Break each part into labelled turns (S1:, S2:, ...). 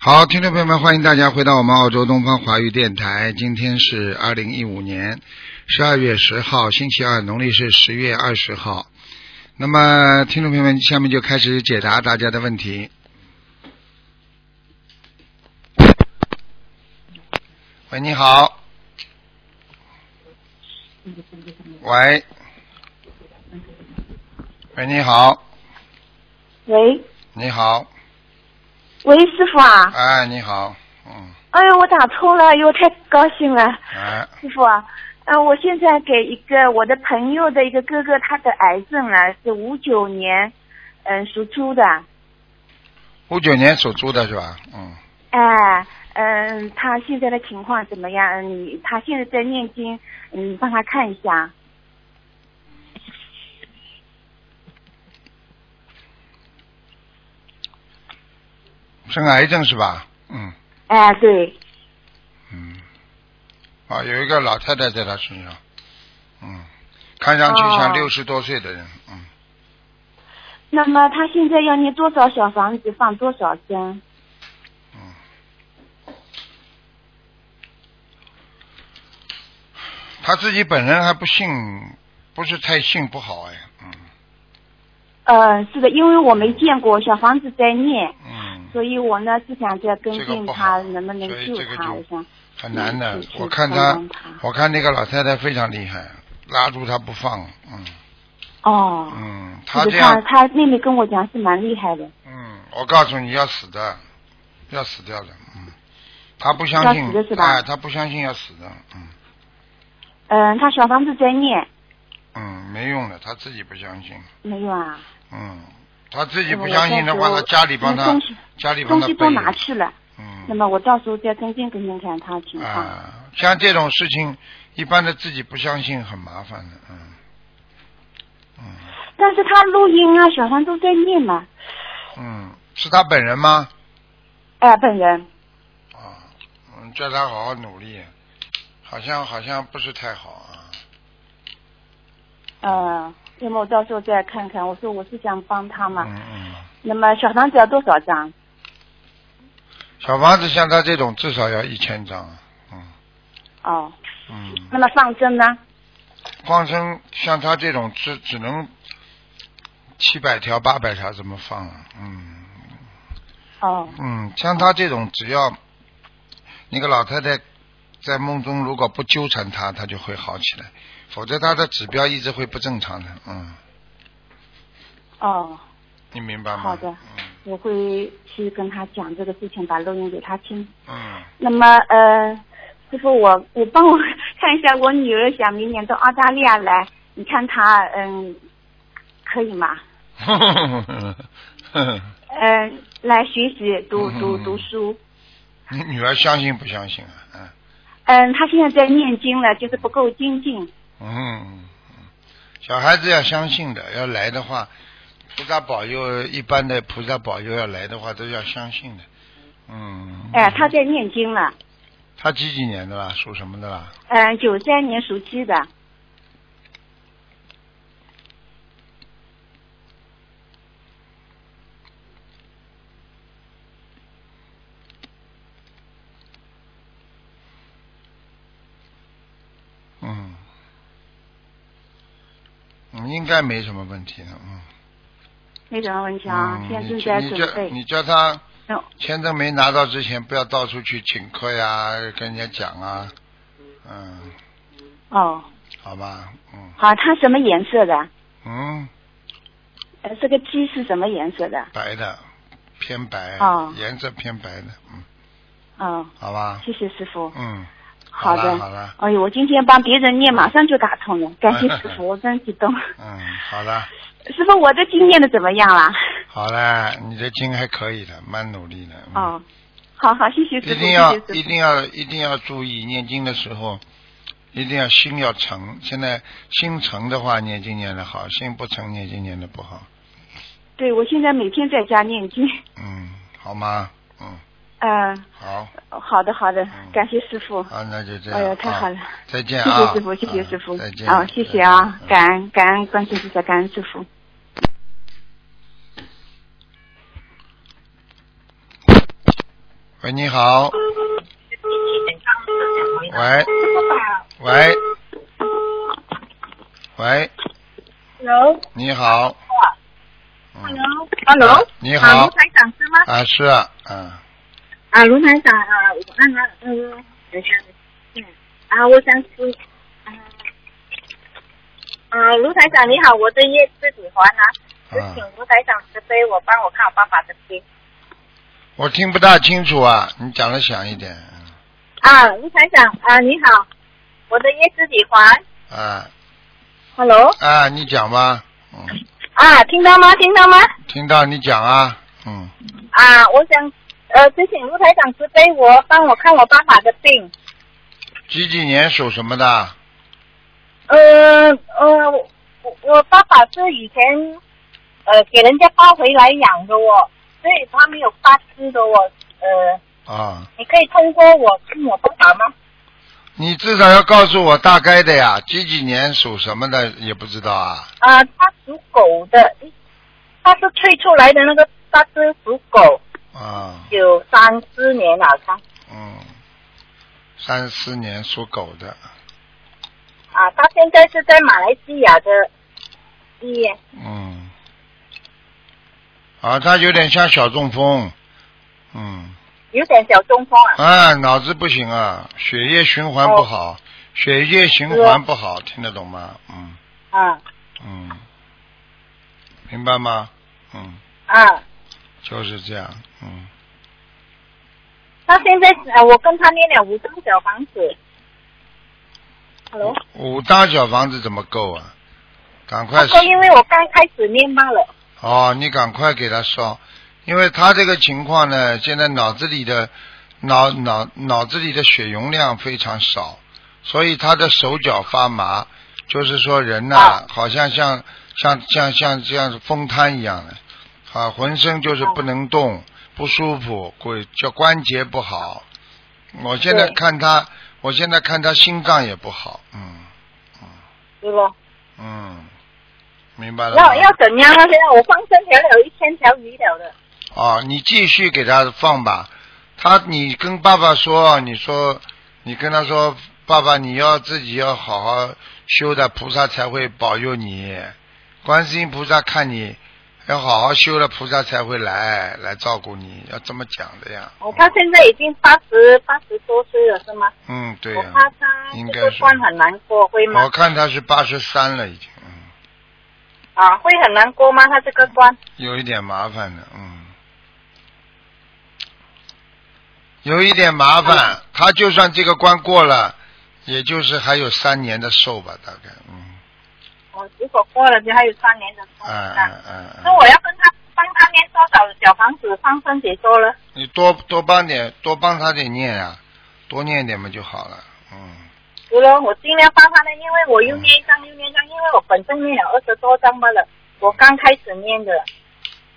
S1: 好，听众朋友们，欢迎大家回到我们澳洲东方华语电台。今天是二零一五年十二月十号，星期二，农历是十月二十号。那么，听众朋友们，下面就开始解答大家的问题。喂，你好。喂。喂，你好，
S2: 喂，
S1: 你好，
S2: 喂，师傅啊，
S1: 哎，你好，嗯，
S2: 哎呦，我打通了，哎呦，太高兴了，
S1: 哎，
S2: 师傅啊，嗯、我现在给一个我的朋友的一个哥哥，他的癌症了，是五九年，嗯，属猪的，
S1: 五九年属猪的是吧？嗯，
S2: 哎，嗯，他现在的情况怎么样？你他现在在念经，嗯，帮他看一下，
S1: 生癌症是吧？嗯
S2: 哎，对，
S1: 嗯，啊，有一个老太太在她身上，嗯，看上去像
S2: 哦
S1: 六十多岁的人，嗯，
S2: 那么他现在要念多少小房子，放多少声？
S1: 她自己本人还不信，不是太信不好哎，嗯
S2: 呃，是的，因为我没见过小房子在念，
S1: 嗯，
S2: 所以我呢是想着跟
S1: 这个
S2: 进
S1: 不
S2: 他，
S1: 好
S2: 能不能
S1: 所以
S2: 救
S1: 这个
S2: 他？
S1: 就
S2: 我想。
S1: 很难的
S2: 嗯是。
S1: 我看
S2: 是
S1: 她
S2: 帮帮她，
S1: 我看那个老太太非常厉害，拉住她不放，嗯
S2: 哦，
S1: 嗯，她
S2: 就是
S1: 这样
S2: 他他妹妹跟我讲是蛮厉害的，
S1: 嗯，我告诉你要死的，要死掉的。嗯，他不相信
S2: 要死的是，吧
S1: 哎，他不相信要死的。嗯
S2: 嗯，他小房子在念，
S1: 嗯，没用的，他自己不相信。
S2: 没有啊，
S1: 嗯，他自己
S2: 那
S1: 不
S2: 我
S1: 相信
S2: 到
S1: 的
S2: 时
S1: 话，
S2: 候
S1: 他家里帮
S2: 那
S1: 他
S2: 东西，
S1: 家里帮
S2: 东
S1: 他
S2: 西
S1: 背
S2: 都拿去了，那
S1: 嗯
S2: 么我到时候再跟进跟进看他情况。
S1: 啊，像这种事情，一般的自己不相信很麻烦的。嗯嗯
S2: 但是他录音啊，小房都在念嘛，
S1: 嗯，是他本人吗？
S2: 哎、本人，
S1: 啊，嗯，叫他好好努力，好像好像不是太好啊。
S2: 呃，那么我到时候再看看。我说我是想帮他嘛，
S1: 嗯嗯。
S2: 那么小房子要多少张？
S1: 小房子像他这种至少要一千张，嗯
S2: 哦，
S1: 嗯，
S2: 那么放生呢？
S1: 放生像他这种只只能七百条八百条怎么放啊？嗯
S2: 哦，
S1: 嗯，像他这种只要那个老太太在梦中如果不纠缠他，他就会好起来，否则他的指标一直会不正常的，嗯，
S2: 哦，
S1: 你明白吗？
S2: 好的我会去跟他讲这个事情，把录音给他听。
S1: 嗯
S2: 那么呃，师傅，我我帮我看一下，我女儿想明年到澳大利亚来，你看她嗯，可以吗？
S1: 嗯，
S2: 嗯、来学习读读
S1: 嗯
S2: 读书。
S1: 你女儿相信不相信啊？嗯。
S2: 嗯，她现在在念经了，就是不够精进。
S1: 嗯，小孩子要相信的，要来的话，菩萨保佑，一般的菩萨保佑要来的话，都要相信的。嗯。
S2: 哎、她在念经了。
S1: 他几几年的啦？属什么的啦？
S2: 嗯、九三年属鸡的。
S1: 嗯，嗯应该没什么问题的。嗯。
S2: 没什么问题啊，
S1: 嗯，
S2: 现在
S1: 你
S2: 正
S1: 叫
S2: 在
S1: 你
S2: 准
S1: 叫
S2: 备。
S1: 你叫他
S2: 嗯
S1: 签证没拿到之前，不要到处去请客呀，跟人家讲啊。嗯，
S2: 哦，
S1: 好吧，嗯
S2: 好，它什么颜色的？
S1: 嗯。
S2: 呃，这个鸡是什么颜色的？
S1: 白的，偏白，
S2: 哦
S1: 颜色偏白的，嗯，
S2: 哦，
S1: 好吧，
S2: 谢谢师傅。
S1: 嗯，
S2: 好的
S1: 了，好了，
S2: 哎呦，我今天帮别人念，马上就打通了，感谢师 傅，我真激动。
S1: 嗯，好了，
S2: 师傅，我的经念的怎么样啦？
S1: 好了，你的经还可以的，蛮努力的，嗯、
S2: 哦，好好，谢谢师
S1: 一
S2: 傅，
S1: 定要
S2: 谢谢
S1: 一
S2: 师傅。
S1: 定要一定要注意念经的时候，一定要心要诚，现在心诚的话，念经念的好，心不诚，念经念的不好，
S2: 对，我现在每天在家念经。
S1: 嗯，好吗？嗯，
S2: 嗯、
S1: 好，
S2: 好的好的
S1: 嗯，
S2: 感谢师傅。
S1: 好，那就这样，
S2: 哎呀，太好了，
S1: 啊，再
S2: 谢
S1: 见啊，
S2: 谢师傅，谢谢师傅。
S1: 啊再见，
S2: 哦，谢谢啊
S1: 再，见嗯
S2: 感恩感恩关心菩萨，感恩师傅。
S1: 喂，喂，你好，喂，喂，喂，
S3: Hello，Hello，
S1: 你好，嗯，
S3: Hello，
S1: 你好
S3: 啊，卢台长是吗？
S1: 啊是啊，嗯，
S3: 啊，卢台长啊，我按了，嗯，等一下，嗯，啊，我想是，啊，啊，卢台长你好，我的业自己还啊，
S1: 啊
S3: 就请卢台长慈悲，我帮我看我爸爸的病。
S1: 我听不大清楚啊，你讲的响一点，
S3: 啊，卢台长啊，你好，我的业自己还。
S1: 嗯啊
S3: Hello，
S1: 啊，你讲吧，嗯，
S3: 啊，听到吗？听到吗？
S1: 听到你讲啊，嗯，
S3: 啊，我想，呃，就请卢台长慈悲，我帮我看我爸爸的病。
S1: 几几年属什么的？
S3: 呃呃，我我爸爸是以前呃给人家抱回来养的哦，所以他没有八只的哦。呃，
S1: 啊，
S3: 你可以通过我看我爸爸吗？
S1: 你至少要告诉我大概的呀，几几年属什么的也不知道啊。
S3: 啊、他属狗的，他是退出来的那个，他是属狗，
S1: 啊，
S3: 有三四年了，他
S1: 嗯，三四年属狗的，
S3: 啊，他现在是在马来西亚的医院
S1: 嗯，啊，他有点像小中风，嗯，
S3: 有点小中风啊。
S1: 啊，脑子不行啊，血液循环不好，血液循环不好，听得懂吗？嗯
S3: 啊
S1: 嗯，明白吗？嗯，
S3: 啊，
S1: 就是这样，嗯，
S3: 他现在呃，我跟他念了五张小房子。Hello。
S1: 五张小房子怎么够啊？赶快
S3: 不过啊因为我刚开始念罢了。
S1: 哦，你赶快给他烧，因为他这个情况呢，现在脑子里的脑脑脑子里的血容量非常少，所以他的手脚发麻，就是说人呐、
S3: 啊
S1: 好像像像像像像风瘫一样的，啊，浑身就是不能动，不舒服，鬼叫关节不好。我现在
S3: 对
S1: 看他，我现在看他心脏也不好，嗯
S3: 对不？
S1: 嗯，明白了吗。
S3: 要要怎样啊？现在我放生条了一千条鱼了的。
S1: 哦，你继续给他放吧。他，你跟爸爸说，你说，你跟他说，爸爸，你要自己要好好修的，菩萨才会保佑你。观世音菩萨看你要好好修了，菩萨才会来来照顾你，要这么讲的呀。
S3: 我看哦现在已经八十八十多岁了，是吗？
S1: 嗯，对
S3: 我
S1: 呀、
S3: 怕他
S1: 应
S3: 这
S1: 该
S3: 个
S1: 是
S3: 关很难过，会吗
S1: 我？看他是八十三了，已经，嗯，
S3: 啊，会很难过吗？他这个关
S1: 有一点麻烦的，嗯，有一点麻
S3: 嗯
S1: 烦。他就算这个关过了，也就是还有三年的寿吧，大概，嗯，
S3: 我哦如果过了就还有三年的痛
S1: 嗯
S3: 啊。
S1: 嗯嗯
S3: 那
S1: 嗯，
S3: 我要跟他帮他念多少小房子放生解说了？
S1: 你多多帮点，多帮他点念呀、多念点嘛就好了，嗯，
S3: 对了，我尽量帮他念，因为我又念一张又念一张，因为我本身念了二十多张罢了，我刚开始念的。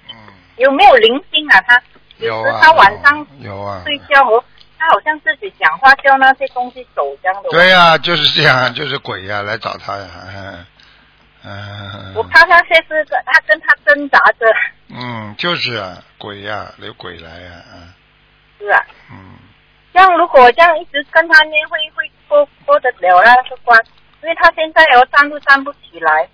S1: 嗯，
S3: 有没有灵性啊？他
S1: 有
S3: 时
S1: 啊，
S3: 他晚上
S1: 有啊，
S3: 睡觉和他好像自己讲话叫那些东西走这样的。
S1: 对呀、就是这样，就是鬼呀、来找他呀，嗯嗯，
S3: 我看他现在是跟他跟他挣扎着，
S1: 嗯，就是啊，鬼呀、有鬼来呀、啊，
S3: 是啊。
S1: 嗯。
S3: 这样如果这样一直跟他念，会会过过得了那个关，因为他现在要站都站不起来。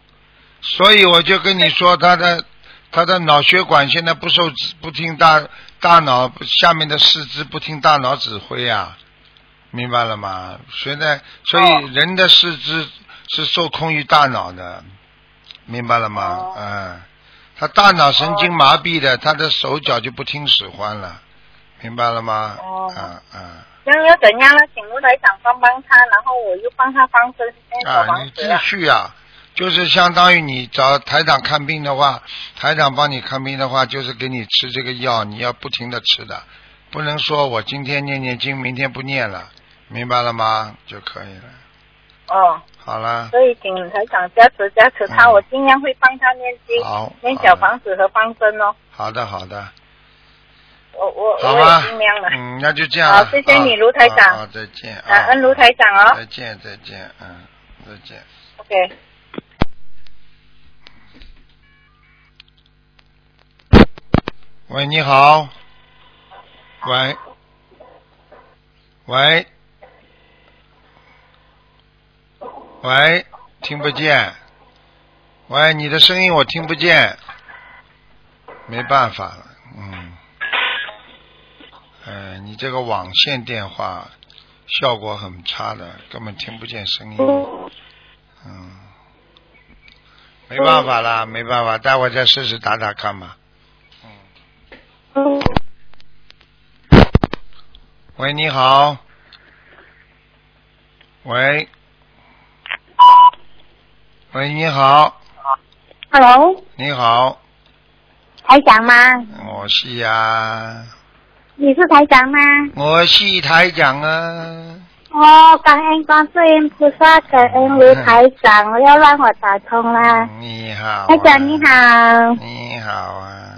S1: 所以我就跟你说，他的他的脑血管现在不受指不听大大脑下面的四肢不听大脑指挥啊，明白了吗？现在所以
S3: 哦
S1: 人的四肢是受控于大脑的，明白了吗？
S3: 哦
S1: 嗯，他大脑神经麻痹的，他的手脚就不听使唤了，明白了吗？
S3: 哦
S1: 啊啊
S3: 这样要怎样呢？请吴台长帮帮他，然后我又帮他放生那小
S1: 啊，
S3: 房
S1: 你
S3: 子
S1: 继
S3: 啊。
S1: 续啊，就是相当于你找台长看病的话，台长帮你看病的话，就是给你吃这个药，你要不停的吃的，不能说我今天念念经，明天不念了，明白了吗？就可以了。
S3: 哦，
S1: 好了，
S3: 所以请台长加持加持他，
S1: 嗯
S3: 我尽量会帮他念经、
S1: 好，
S3: 念
S1: 好
S3: 小
S1: 的
S3: 房子和放生哦。
S1: 好的，好的，
S3: 我我
S1: 好
S3: 我
S1: 吧
S3: 也尽量了。，
S1: 嗯，那就这样啊。
S3: 好谢谢你
S1: 啊
S3: 卢台长
S1: 啊啊再见。啊哎
S3: 感恩卢台长哦
S1: 再见，再见，嗯，再见。
S3: ，OK。
S1: 喂，你好。喂，喂，喂，听不见。喂，你的声音我听不见，没办法了，嗯，哎，你这个网线电话效果很差的，根本听不见声音，嗯，没办法啦，没办法，待会再试试打打看吧。喂，你好。喂。喂，你好，
S4: Hello，
S1: 你好，
S4: 台长吗？
S1: 我是呀，
S4: 你是台长吗？
S1: 我是台长啊。
S4: 哦，感恩观世音菩萨，感恩卢台长，要让我打通啦。
S1: 你好、啊。
S4: 台长你。好，
S1: 你好啊，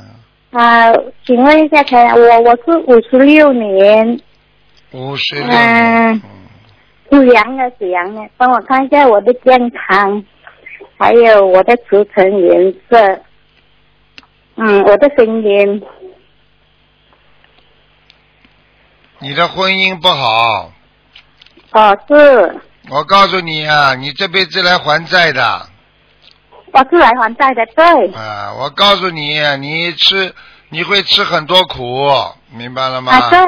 S4: 啊，请问一下台长，我我是五十六年
S1: 五十六。
S4: 嗯
S1: 嗯
S4: 属羊的，属羊的，帮我看一下我的健康，还有我的图层颜色，嗯，我的声音，
S1: 你的婚姻不好，
S4: 哦是，
S1: 我告诉你啊，你这辈子来还债的
S4: 我是来还债的，对，
S1: 啊！我告诉你，你吃你会吃很多苦，明白了吗？
S4: 啊对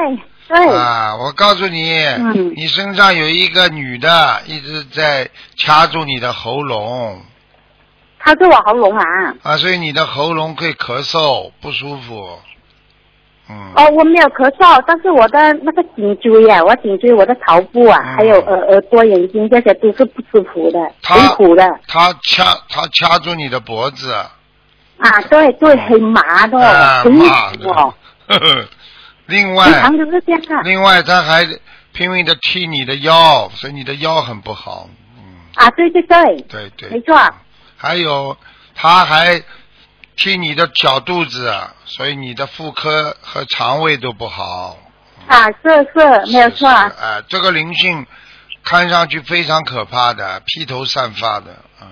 S4: 对，
S1: 啊，我告诉你，
S4: 嗯
S1: 你身上有一个女的一直在掐住你的喉咙
S4: 他是我喉咙啊，
S1: 啊，所以你的喉咙会咳嗽不舒服。嗯。
S4: 哦我没有咳嗽，但是我的那个颈椎呀、我颈椎我的头部啊，
S1: 嗯
S4: 还有耳耳朵眼睛这些都是不舒服的，
S1: 他
S4: 很苦的，
S1: 他掐他掐住你的脖子
S4: 啊对对，很麻的，
S1: 啊，
S4: 很
S1: 妈
S4: 苦哦
S1: 的，。 呵呵另
S4: 平
S1: 外
S4: 常都是这样啊。
S1: 另外他还拼命的踢你的腰，所以你的腰很不好。嗯，
S4: 啊，对对对，
S1: 对对。
S4: 没错。
S1: 还有，他还踢你的小肚子，啊所以你的妇科和肠胃都不好。
S4: 啊，是是，没有错，
S1: 啊、呃这个灵性看上去非常可怕的，披头散发的。嗯，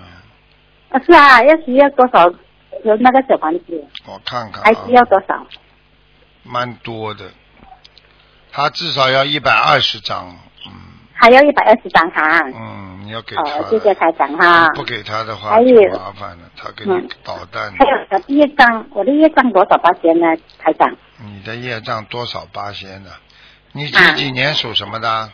S4: 啊是啊，要需要多少有那个小房子，
S1: 我看看、啊，
S4: 还需要多少？
S1: 蛮多的。他至少要一百二十张。嗯
S4: 还要一百二十张哈。
S1: 嗯，你要给他的。
S4: 哦，谢谢台长哈。
S1: 不给他的话
S4: 还
S1: 挺
S4: 有
S1: 麻烦的，他给你
S4: 嗯
S1: 捣蛋的
S4: 还。有第一张，我的业障多少八千呢？台长，
S1: 你的业障多少八仙呢？你几
S4: 嗯
S1: 几年属什么的？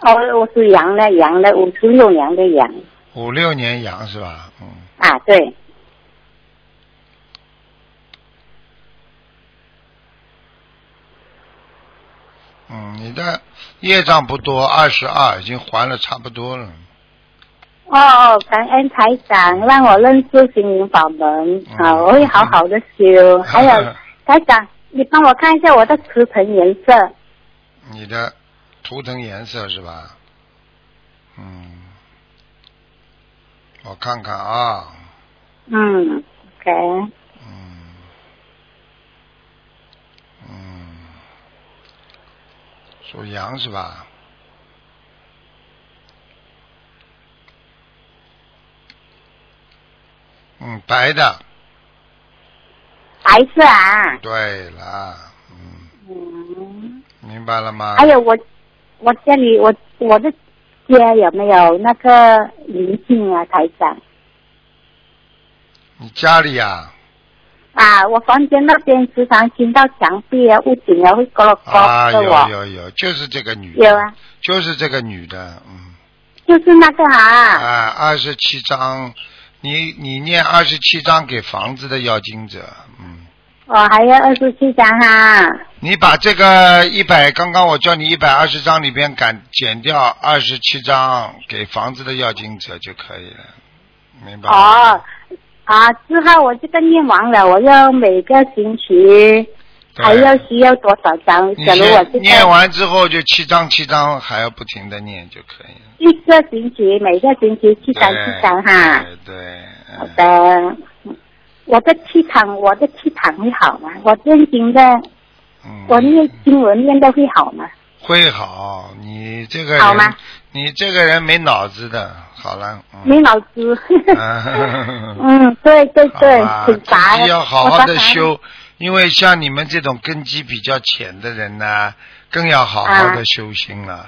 S4: 哦，我是羊的羊的，五十六羊的羊
S1: 五六年羊是吧？嗯，
S4: 啊，对，
S1: 嗯，你的业障不多，二十二，已经还了差不多了。
S4: 哦哦，感恩台长让我认识心灵法门，啊
S1: 嗯
S4: 好，我会好好的修。还有 台长，你帮我看一下我的图层颜色，
S1: 你的图腾颜色是吧？嗯，我看看啊，
S4: 嗯，OK。
S1: 嗯，嗯，属羊是吧？嗯，白的。
S4: 白色啊，
S1: 对啦，嗯，
S4: 嗯，
S1: 明白了吗？
S4: 还有我，我家里我我的家有没有那个灵性啊，台长
S1: 你家里呀、
S4: 啊？我房间那边时常听到墙壁啊、屋顶啊会咯咯
S1: 啊，
S4: 咯的我，
S1: 有有有，就是这个女的，
S4: 有啊，
S1: 就是这个女的，嗯，
S4: 就是那个啊，
S1: 啊，二十七章，你你念二十七章给房子的要经者，嗯，
S4: 我、哦还要二十七张啊，
S1: 你把这个一百，刚刚我叫你一百二十章里边赶减掉二十七章给房子的要经者就可以了，明白吗？
S4: 哦。啊，之后我这个念完了，我要每个星期
S1: 对
S4: 还要需要多少张？
S1: 你
S4: 假如我
S1: 先
S4: 现
S1: 念
S4: 在
S1: 完之后就七章七章还要不停的念就可以了。
S4: 一个星期每个星期七张七张哈。
S1: 对对，嗯
S4: 好的，我的气场，我的气场会好吗？我念经的，
S1: 嗯，
S4: 我念经文念的会好吗？
S1: 会好，你这个
S4: 好
S1: 人
S4: 吗，
S1: 你这个人没脑子的，好了，
S4: 没
S1: 嗯，
S4: 脑子。
S1: 啊
S4: 嗯，对对对
S1: 嗯好吧，
S4: 挺杂
S1: 自己
S4: 的。
S1: 要好
S4: 我
S1: 好
S4: 常
S1: 的
S4: 常。
S1: 修，因为像你们这种根基比较浅的人呢、更要好好的修心了，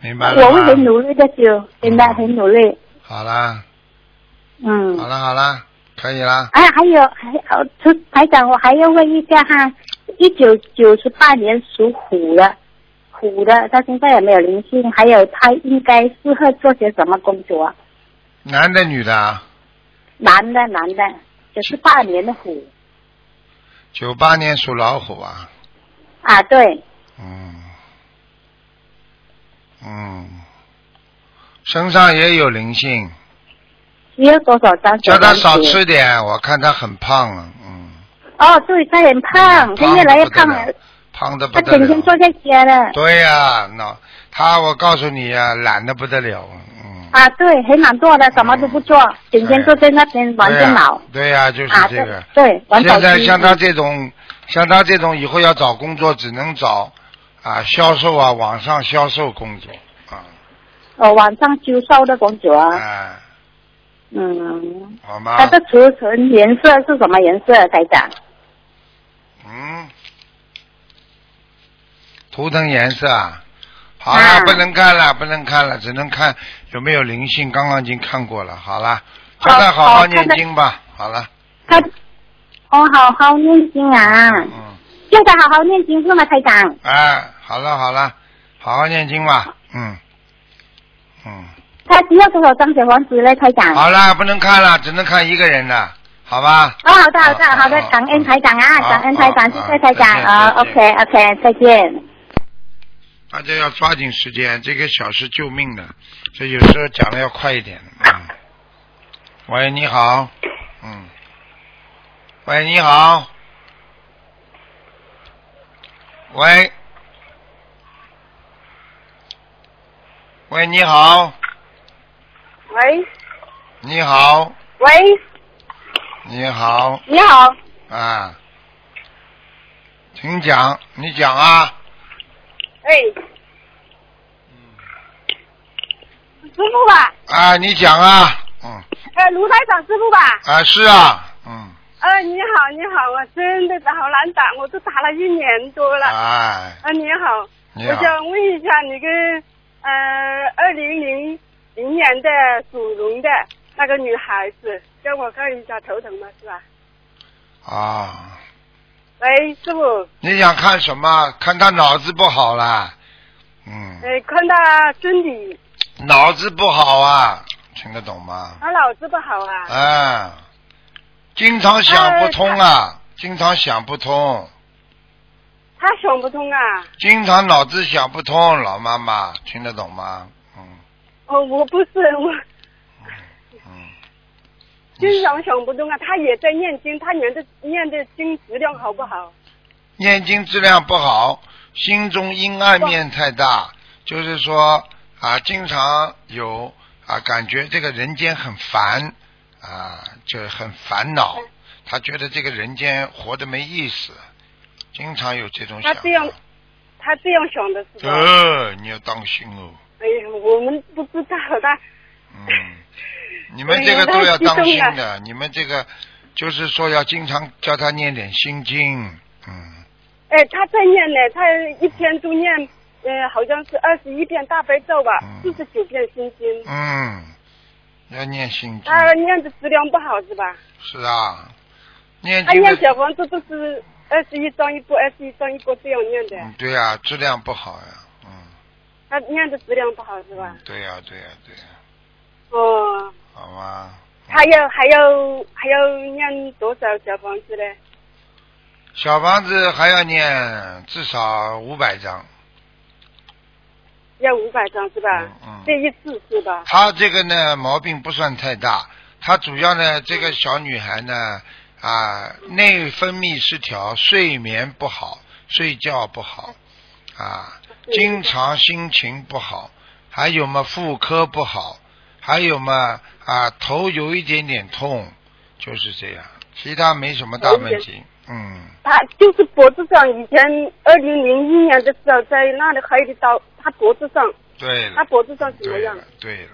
S1: 明白
S4: 我
S1: 了
S4: 会很
S1: 吗？
S4: 努力的修，真的很努力。
S1: 好啦，
S4: 嗯，
S1: 好啦，好啦，可以啦。
S4: 啊，还有还呃，台台长，我还要问一下哈，一九九十八年属虎的，虎的，他现在有没有灵性？还有他应该适合做些什么工作啊？
S1: 男的女的啊？
S4: 男的，男的，九十八年的虎
S1: 九八年属老虎啊，
S4: 啊，对，
S1: 嗯，嗯，身上也有灵性，
S4: 需要多少张？
S1: 叫他少。吃点，我看他很胖了，嗯，
S4: 哦，对，他很胖，他越来越胖
S1: 了
S4: 了，，
S1: 胖的不
S4: 他
S1: 得
S4: 整
S1: 了，
S4: 天坐在家了。
S1: 对呀、那他我告诉你呀、懒的不得了，嗯，
S4: 啊，对，很懒惰的，什么都不做，整天坐在那边玩
S1: 对呀
S4: 电脑。
S1: 对呀、就是
S4: 啊，
S1: 这
S4: 对
S1: 个。
S4: 对，玩手
S1: 现在
S4: 机。
S1: 像他这种，像他这种以后要找工作，只能找啊销售啊，网上销售工作啊，
S4: 哦，晚上修烧的工作啊。
S1: 啊，
S4: 嗯，
S1: 好吗？
S4: 它的储存颜色是什么颜色，啊台长？
S1: 嗯，图腾颜色啊，好了，
S4: 啊
S1: 不能看了，不能看了，只能看有没有灵性。刚刚已经看过了，好了，叫他
S4: 哦
S1: 好好
S4: 哦
S1: 念
S4: 看得
S1: 经吧。好了，
S4: 它，
S1: 啊
S4: 哦，好好念经啊，
S1: 嗯，
S4: 叫它好好念经是吗，台长？
S1: 哎，好了好了，好好念经吧。嗯，嗯，
S4: 它需要多少张小房子嘞，台长？
S1: 好了，不能看了，只能看一个人了，好吧？
S4: 哦，好的，好的，
S1: 好
S4: 好的
S1: 好，
S4: 感恩台长啊，
S1: 好
S4: 感恩台长，谢
S1: 好
S4: 谢台长啊
S1: 好再见
S4: ，OK OK，再见。
S1: 大家要抓紧时间，这个小是救命的，所以有时候讲的要快一点。嗯，喂，你好，嗯，喂，你好，喂，喂，你好，
S3: 喂
S1: 你好，
S3: 喂，
S1: 你好，
S3: 你好，
S1: 啊，请讲，你讲啊，
S3: 哎，
S1: 嗯
S3: 师傅吧，
S1: 啊，你讲啊，嗯，
S3: 呃，卢台长师傅吧，
S1: 啊，是啊，嗯。
S3: 呃，你好，你好，我真的好难打，我都打了一年多了。
S1: 哎，
S3: 啊，你好，
S1: 你
S3: 我
S1: 好，
S3: 想问一下你跟呃二零零零年的属龙的那个女孩子，让我看一下头疼吗？是吧？
S1: 啊，
S3: 喂，师傅，
S1: 你想看什么？看他脑子不好啦，嗯，
S3: 呃，看她身体，
S1: 脑子不好啊，听得懂吗？
S3: 她脑子不好啊。
S1: 啊，经常想不通啊，经常想不通，
S3: 她想不通啊！
S1: 经常脑子想不通，老妈妈听得懂吗？嗯
S3: 哦，我不是我，
S1: 嗯，
S3: 经常想不通啊！她也在念经，她念的念的经质量好不好？
S1: 念经质量不好，心中阴暗面太大，就是说啊，经常有啊，感觉这个人间很烦啊，就是很烦恼。他觉得这个人间活得没意思，经常有这种想
S3: 他这样
S1: 法。
S3: 她这样想的是吧？
S1: 呃，你要当心哦，
S3: 哎呀，我们不知道她。
S1: 嗯， 你们这个都要当心的，你们这个就是说要经常叫他念点心经，嗯，
S3: 哎，他在念呢，他一天都念，呃，好像是二十一遍大悲咒吧
S1: 嗯，
S3: 四十九遍心经。
S1: 嗯，要念心经。
S3: 他念的质量不好是吧？
S1: 是啊，念
S3: 他
S1: 经
S3: 啊念
S1: 的，
S3: 小房子都是二十一张一波，二十一张一波这样念的，
S1: 嗯，对呀、啊，质量不好呀、嗯，
S3: 他念的质量不好是吧？
S1: 对呀、对呀、对呀、嗯
S3: 哦，
S1: 好吗？
S3: 他要还要还要念多少小房子呢？
S1: 小房子还要念至少五百张，
S3: 要五百张是吧？
S1: 嗯
S3: 这
S1: 嗯，
S3: 一次是吧？
S1: 他这个呢毛病不算太大，他主要呢这个小女孩呢啊内分泌失调，睡眠不好，睡觉不好，啊，经常心情不好，还有嘛妇科不好，还有嘛啊头有一点点痛，就是这样，其他没什么大问题。嗯，
S3: 他就是脖子上，以前二零零一年的时候在那里开的刀，他脖子上，
S1: 对
S3: 他
S1: 了，
S3: 脖子上怎么
S1: 对
S3: 样
S1: 了？，对了，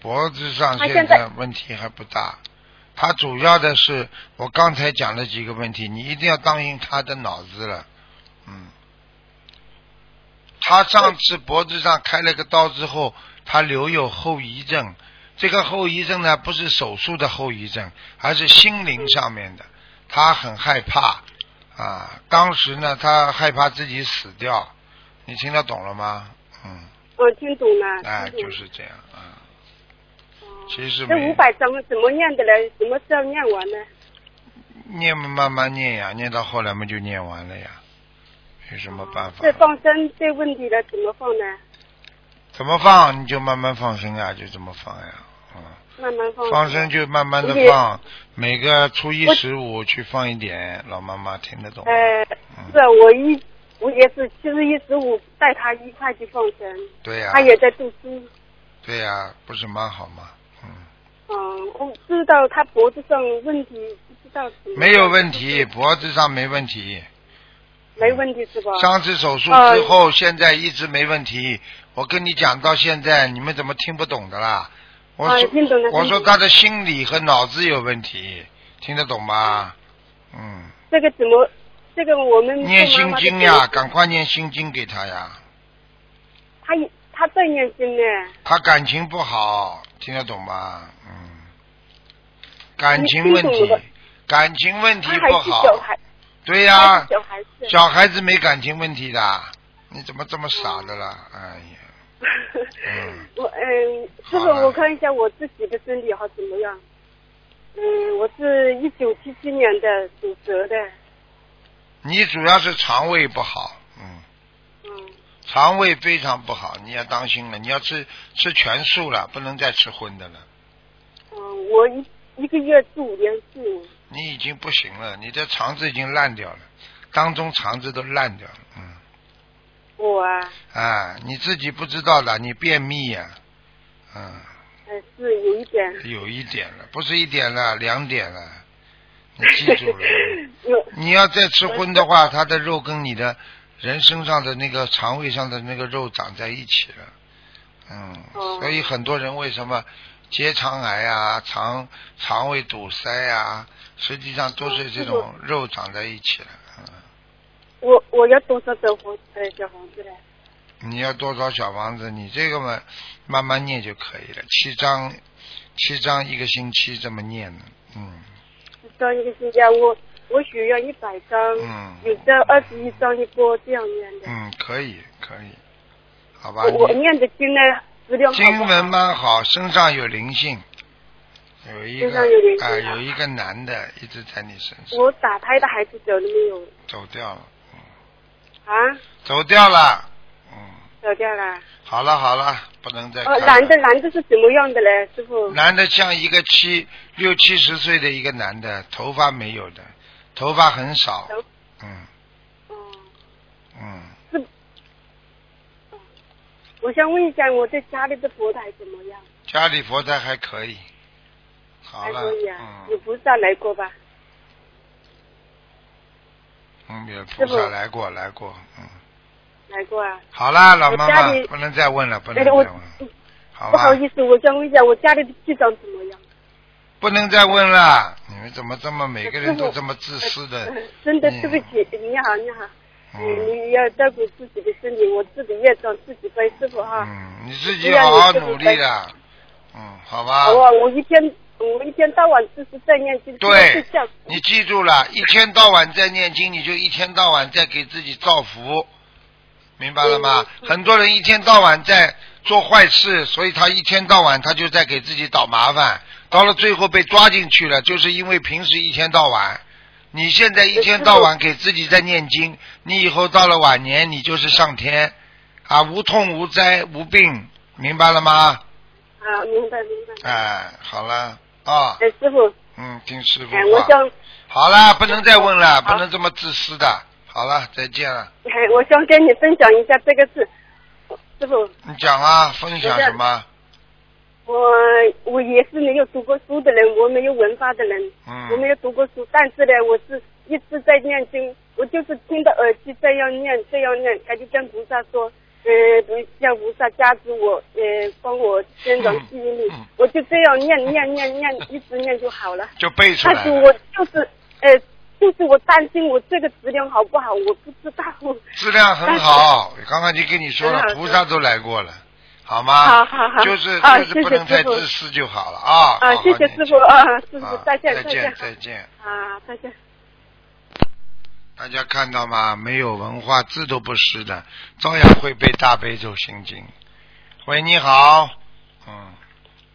S1: 脖子上
S3: 他
S1: 现
S3: 现在
S1: 在问题还不大，他主要的是我刚才讲的几个问题，你一定要当心他的脑子了。嗯，他上次脖子上开了个刀之后，他留有后遗症。这个后遗症呢，不是手术的后遗症，而是心灵上面的。他很害怕啊，当时呢，他害怕自己死掉。你听得懂了吗？嗯，
S5: 我听懂了。
S1: 哎，
S5: 听
S1: 就
S5: 懂
S1: 是这样啊。其实
S5: 这
S1: 没
S5: 哦五百怎么怎么念的嘞？什么时候念完呢？
S1: 念嘛，慢慢念呀，念到后来嘛就念完了呀，有什么办法
S5: 这？哦放生这问题了怎么放呢？
S1: 怎么放你就慢慢放生呀，就这么放呀，嗯。
S5: 慢慢放。
S1: 放生。就慢慢的
S5: 谢谢
S1: 放，每个初一
S5: 哦我
S1: 十五去放一点，老妈妈听得懂。
S5: 呃，
S1: 嗯
S5: 是啊我一我也是七十一十五带他一块去放生，
S1: 对啊呀、
S5: 他也在读书。
S1: 对呀、不是蛮好吗？嗯，
S5: 嗯，我知道他脖子上问题，不知道什么。
S1: 没有问题，
S5: 嗯
S1: 脖子上没问题。
S5: 没问题是吧？
S1: 上次手术
S5: 啊
S1: 之后，现在一直没问题。我跟你讲到现在，你们怎么听不懂的啦？我
S5: 啊
S1: 说
S5: 听懂了
S1: 我
S5: 听
S1: 说
S5: 懂了
S1: 他的心理和脑子有问题，听得懂吗？嗯，
S5: 这个怎么？这个我们
S1: 念
S5: 做妈
S1: 心
S5: 妈的
S1: 经
S5: 怎么
S1: 呀，赶快念心经给他呀。
S5: 他也他在念经呢，
S1: 他感情不好，听得懂吗？嗯，感情问
S5: 你听懂
S1: 题
S5: 了，
S1: 感情问题
S5: 他还
S1: 不
S5: 是
S1: 好。
S5: 小孩，
S1: 对
S5: 他
S1: 呀、
S5: 还是小孩子。
S1: 小孩子没感情问题的，你怎么这么傻的啦？哎呀，嗯
S5: 我嗯，师
S1: 好
S5: 傅，
S1: 了
S5: 我看一下我自己的身体好怎么样？嗯，我是一九七七年的属蛇的，
S1: 你主要是肠胃不好，嗯，
S5: 嗯，
S1: 肠胃非常不好，你要当心了，你要吃吃全素了，不能再吃荤的了。
S5: 嗯，我一一个月住五天素，
S1: 你已经不行了，你的肠子已经烂掉了，当中肠子都烂掉了，嗯。
S5: 我啊，
S1: 啊，你自己不知道的，你便秘呀、
S5: 呃，是有一点，
S1: 嗯，有一点了，不是一点了，两点了，你记住了。
S5: 有
S1: 你要再吃荤的话，它的肉跟你的人身上的那个肠胃上的那个肉长在一起了，嗯，
S5: 哦
S1: 所以很多人为什么结肠癌啊、肠肠胃堵塞啊，实际上都是这种肉长在一起了。
S5: 我我要多少张房呃小房子嘞？
S1: 你要多少小房子？你这个嘛，慢慢念就可以了。七章，七章一个星期这么念的，嗯
S5: 一张一个新疆，我我许愿一百张，
S1: 嗯
S5: 有这二十一张一波这样念的。
S1: 嗯，可以可以，好吧。
S5: 我我
S1: 你
S5: 念的经呢，质量好不
S1: 经
S5: 好
S1: 文？蛮好，身上有灵性，有一个
S5: 身上有灵性
S1: 啊、
S5: 啊
S1: 有一个男的一直在你身上
S5: 我打胎的孩子走了没有？
S1: 走掉了，
S5: 啊，
S1: 走掉了，嗯，
S5: 走掉了。
S1: 好了好了，不能再看
S5: 哦，
S1: 了。
S5: 男的男的是怎么样的嘞，师傅？
S1: 男的像一个七六七十岁的一个男的，头发没有的，头发很少
S5: 头，
S1: 嗯
S5: 哦，
S1: 嗯。
S5: 我想问一下，我在家里的佛台怎么样？
S1: 家里佛台还可以，好
S5: 还
S1: 了
S5: 可以啊，，有
S1: 嗯
S5: 菩萨来过吧？
S1: 嗯，有菩
S5: 师
S1: 萨
S5: 傅
S1: 来过来过，嗯，
S5: 来过啊。
S1: 好啦，老妈
S5: 家
S1: 妈
S5: 里
S1: 不能再问了，不能
S5: 哎
S1: 再
S5: 我
S1: 问了，好
S5: 不
S1: 吧
S5: 好，意思，我想问一下，我家里的气场怎么样？
S1: 不能再问了，你们怎么这么每个人
S5: 师傅
S1: 都这么自私 的？
S5: 真的
S1: 嗯
S5: 对不起，你好，你好。
S1: 嗯
S5: 你要照顾自己的身体，我自己业障自己背，师傅哈。
S1: 嗯，你自己
S5: 不要
S1: 好
S5: 你
S1: 好
S5: 这么
S1: 努力
S5: 笨
S1: 啦，嗯，好吧
S5: 好，啊，我一天我一天到晚就是在念经，就是
S1: 对
S5: 睡觉。
S1: 你记住了，一天到晚在念经，你就一天到晚在给自己造福，明白了
S5: 嗯
S1: 吗？很多人一天到晚在做坏事，所以他一天到晚他就在给自己找麻烦，到了最后被抓进去了，就是因为平时一天到晚。你现在一天到晚给自己在念经，你以后到了晚年，你就是上天啊，无痛无灾无病，明白了吗？
S5: 啊，明白明白。
S1: 哎，好了啊、
S5: 哎，师傅，
S1: 嗯，听师傅话。啊
S5: 哎，我想，
S1: 好啦，不能再问了，
S5: 好
S1: 不能这么自私的。好了，再见了。
S5: 哎，我想跟你分享一下这个事。师傅，
S1: 你讲啊，分享
S5: 再见
S1: 什么？
S5: 我我也是没有读过书的人，我没有文化的人，
S1: 嗯
S5: 我没有读过书，但是呢，我是一直在念经，我就是听着耳机这样念，这样念，他就跟菩萨说，呃，不向菩萨加持我，呃，帮我增长记忆力
S1: 嗯嗯，
S5: 我就这样念念念念，一直念就好了。
S1: 就背出
S5: 但
S1: 来
S5: 是
S1: 了。
S5: 我就是，呃，就是我担心我这个质量好不好，我不知道。
S1: 质量很好，刚刚已经跟你说了
S5: 很，好
S1: 菩萨都来过了，好吗？
S5: 好好好
S1: 就是
S5: 啊
S1: 就是不能
S5: 谢
S1: 太
S5: 谢师父
S1: 自私就好了啊。
S5: 啊
S1: 好，好
S5: 谢谢
S1: 念
S5: 师傅
S1: 经
S5: 啊，师傅
S1: 啊
S5: 再见
S1: 再
S5: 见
S1: 再见。
S5: 啊，再见。
S1: 大家看到吗？没有文化，字都不识的，照样会背大悲咒心经。喂，你好，嗯，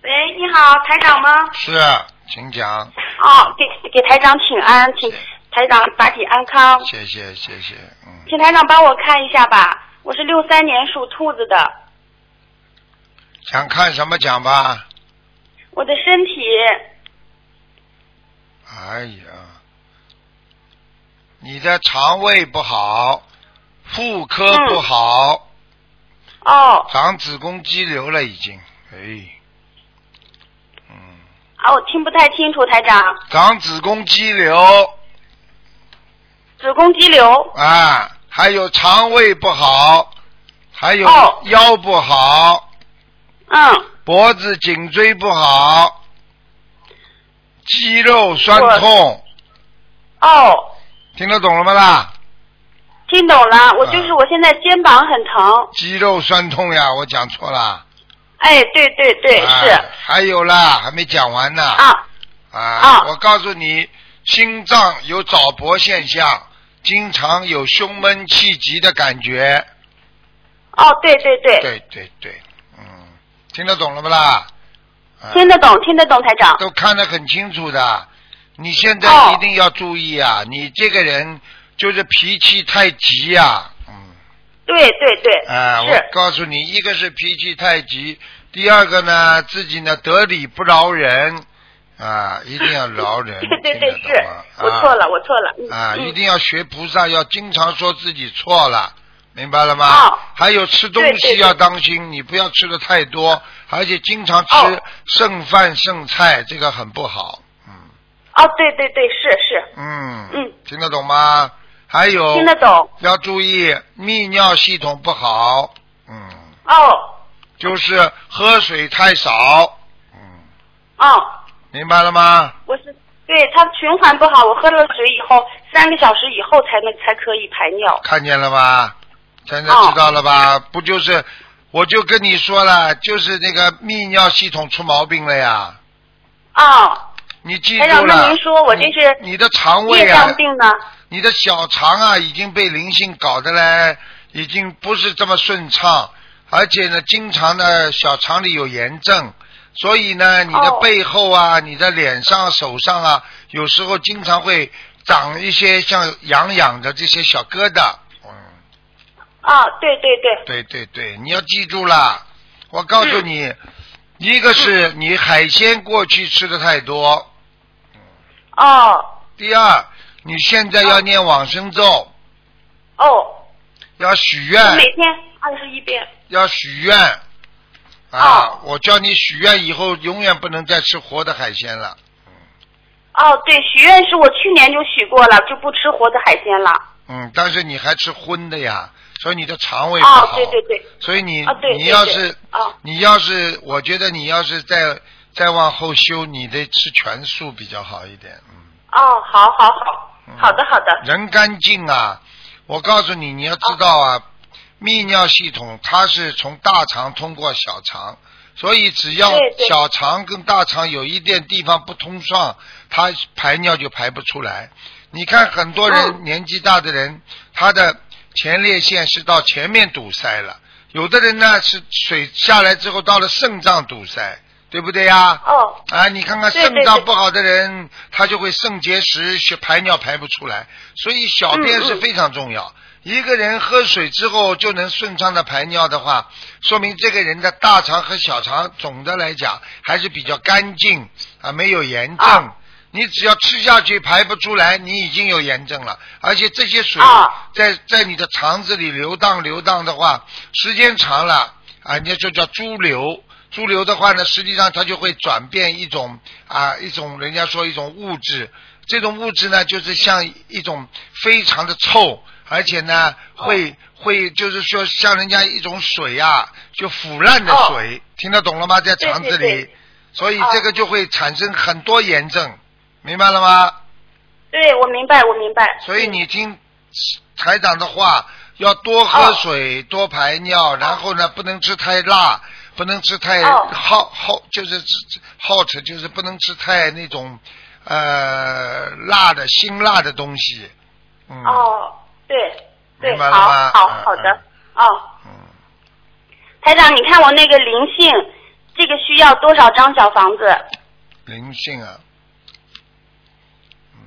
S2: 喂，你好，台长吗？
S1: 是，请讲，
S2: 哦，给给台长请安，请
S1: 是
S2: 台长法体安康，
S1: 谢谢谢谢，嗯，
S2: 请台长帮我看一下吧。我是六三年属兔子的，
S1: 想看什么讲吧？
S2: 我的身体
S1: 哎呀，你的肠胃不好，妇科不好，
S2: 嗯哦
S1: 长子宫肌瘤了已经，哎，嗯，
S2: 哦，听不太清楚，台长，
S1: 长子宫肌瘤
S2: 子宫肌瘤
S1: 啊，还有肠胃不好，还有
S2: 哦
S1: 腰不好，
S2: 嗯
S1: 脖子颈椎不好，肌肉酸
S2: 我
S1: 痛，
S2: 哦，
S1: 听得懂了吗啦？
S2: 听懂了，我
S1: 啊
S2: 就是我现在肩膀很疼，
S1: 肌肉酸痛呀，我讲错了。
S2: 哎，对对对，
S1: 啊
S2: 是
S1: 还有啦，还没讲完呢。
S2: 啊
S1: 啊
S2: 啊
S1: 我告诉你，心脏有早搏现象，经常有胸闷气急的感觉。
S2: 哦，对对对，
S1: 对对对，嗯，听得懂了不啦？啊
S2: 听得懂听得懂，台长，
S1: 都看得很清楚的。你现在
S2: 哦
S1: 一定要注意啊！你这个人就是脾气太急呀、嗯，
S2: 对对对，
S1: 啊、我
S2: 是
S1: 告诉你，一个是脾气太急，第二个呢，自己呢得理不饶人，啊，一定要饶人，
S2: 对对对
S1: 听得
S2: 是
S1: 懂吗，
S2: 我错了我错了，嗯
S1: 啊，
S2: 嗯
S1: 一定要学菩萨，要经常说自己错了，明白了吗？
S2: 哦
S1: 还有吃东
S2: 对对
S1: 西
S2: 对
S1: 要当心，你不要吃的太多，而且经常吃
S2: 哦
S1: 剩饭剩菜，这个很不好。嗯
S2: 哦，对对对，是是，
S1: 嗯
S2: 嗯，
S1: 听得懂吗？还有
S2: 听得懂
S1: 要注意泌尿系统不好，嗯，
S2: 哦
S1: 就是喝水太少，嗯，
S2: 哦，
S1: 明白了吗？
S2: 我是对它循环不好，我喝了水以后三个小时以后才能才可以排尿。
S1: 看见了吧？现在
S2: 哦
S1: 知道了吧？不就是，我就跟你说了，就是那个泌尿系统出毛病了呀。
S2: 哦，
S1: 你记
S2: 台
S1: 住
S2: 长，那
S1: 了。
S2: 您说我这是
S1: 你你的肠胃
S2: 业
S1: 啊
S2: 障，病呢？
S1: 你的小肠啊，已经被灵性搞得嘞，已经不是这么顺畅，而且呢，经常呢，小肠里有炎症，所以呢，你的
S2: 哦
S1: 背后啊，你的脸上、手上啊，有时候经常会长一些像痒痒的这些小疙瘩。嗯。
S2: 啊，对对对，嗯
S1: 对对对，你要记住啦！我告诉你，一个是你海鲜过去吃的太多，
S2: 哦
S1: 第二，你现在要念往生咒，
S2: 哦，
S1: 要许
S2: 我
S1: 愿，
S2: 每天二十一遍。哦
S1: 要许愿。啊，我叫你许愿以后永远不能再吃活的海鲜了。
S2: 哦，对，许愿是我去年就许过了，就不吃活的海鲜了。
S1: 嗯，但是你还吃荤的呀，所以你的肠胃不好。
S2: 哦，对对对，
S1: 所以你、
S2: 啊对
S1: 你
S2: 对
S1: 要
S2: 对
S1: 是、
S2: 啊
S1: 你要是，我觉得你要是再再往后修，你得吃全素比较好一点。嗯。
S2: 哦，好好好
S1: 嗯，
S2: 好的好的，
S1: 人干净啊！我告诉你，你要知道
S2: 哦
S1: 啊，泌尿系统它是从大肠通过小肠，所以只要
S2: 对对
S1: 小肠跟大肠有一点地方不通畅，它排尿就排不出来。你看很多
S2: 哦
S1: 人年纪大的人，他的前列腺是到前面堵塞了，有的人呢是水下来之后到了肾脏堵塞，对不对呀？
S2: 哦
S1: 啊，你看看
S2: 对对
S1: 肾脏
S2: 对
S1: 不好的人，他就会肾结石，血排尿排不出来，所以小便
S2: 嗯嗯
S1: 是非常重要。一个人喝水之后就能顺畅的排尿的话，说明这个人的大肠和小肠总的来讲还是比较干净啊，没有炎症。
S2: 啊
S1: 你只要吃下去排不出来，你已经有炎症了，而且这些水
S2: 啊
S1: 在在你的肠子里流荡流荡的话，时间长了啊，人家就叫猪流。猪流的话呢，实际上它就会转变一种啊，一种人家说一种物质，这种物质呢，就是像一种非常的臭，而且呢，
S2: 哦
S1: 会、会就是说像人家一种水啊，就腐烂的
S2: 哦
S1: 水，听得懂了吗？在
S2: 对
S1: 肠子里，
S2: 对对
S1: 所以
S2: 哦
S1: 这个就会产生很多炎症，明白了吗？
S6: 对，我明白，我明白。
S1: 所以你听台长的话，要多喝水，
S6: 哦
S1: 多排尿，然后呢，不能吃太辣，不能吃太
S6: 哦
S1: 好好、就是吃好吃，就是不能吃太那种呃辣的辛辣的东西。嗯，
S6: 哦，对对，
S1: 明白
S6: 好
S1: 了吗
S6: 好
S1: 嗯
S6: 好的
S1: 嗯，
S6: 哦。
S1: 嗯，
S6: 台长，你看我那个灵性，这个需要多少张小房子？
S1: 灵性啊，嗯，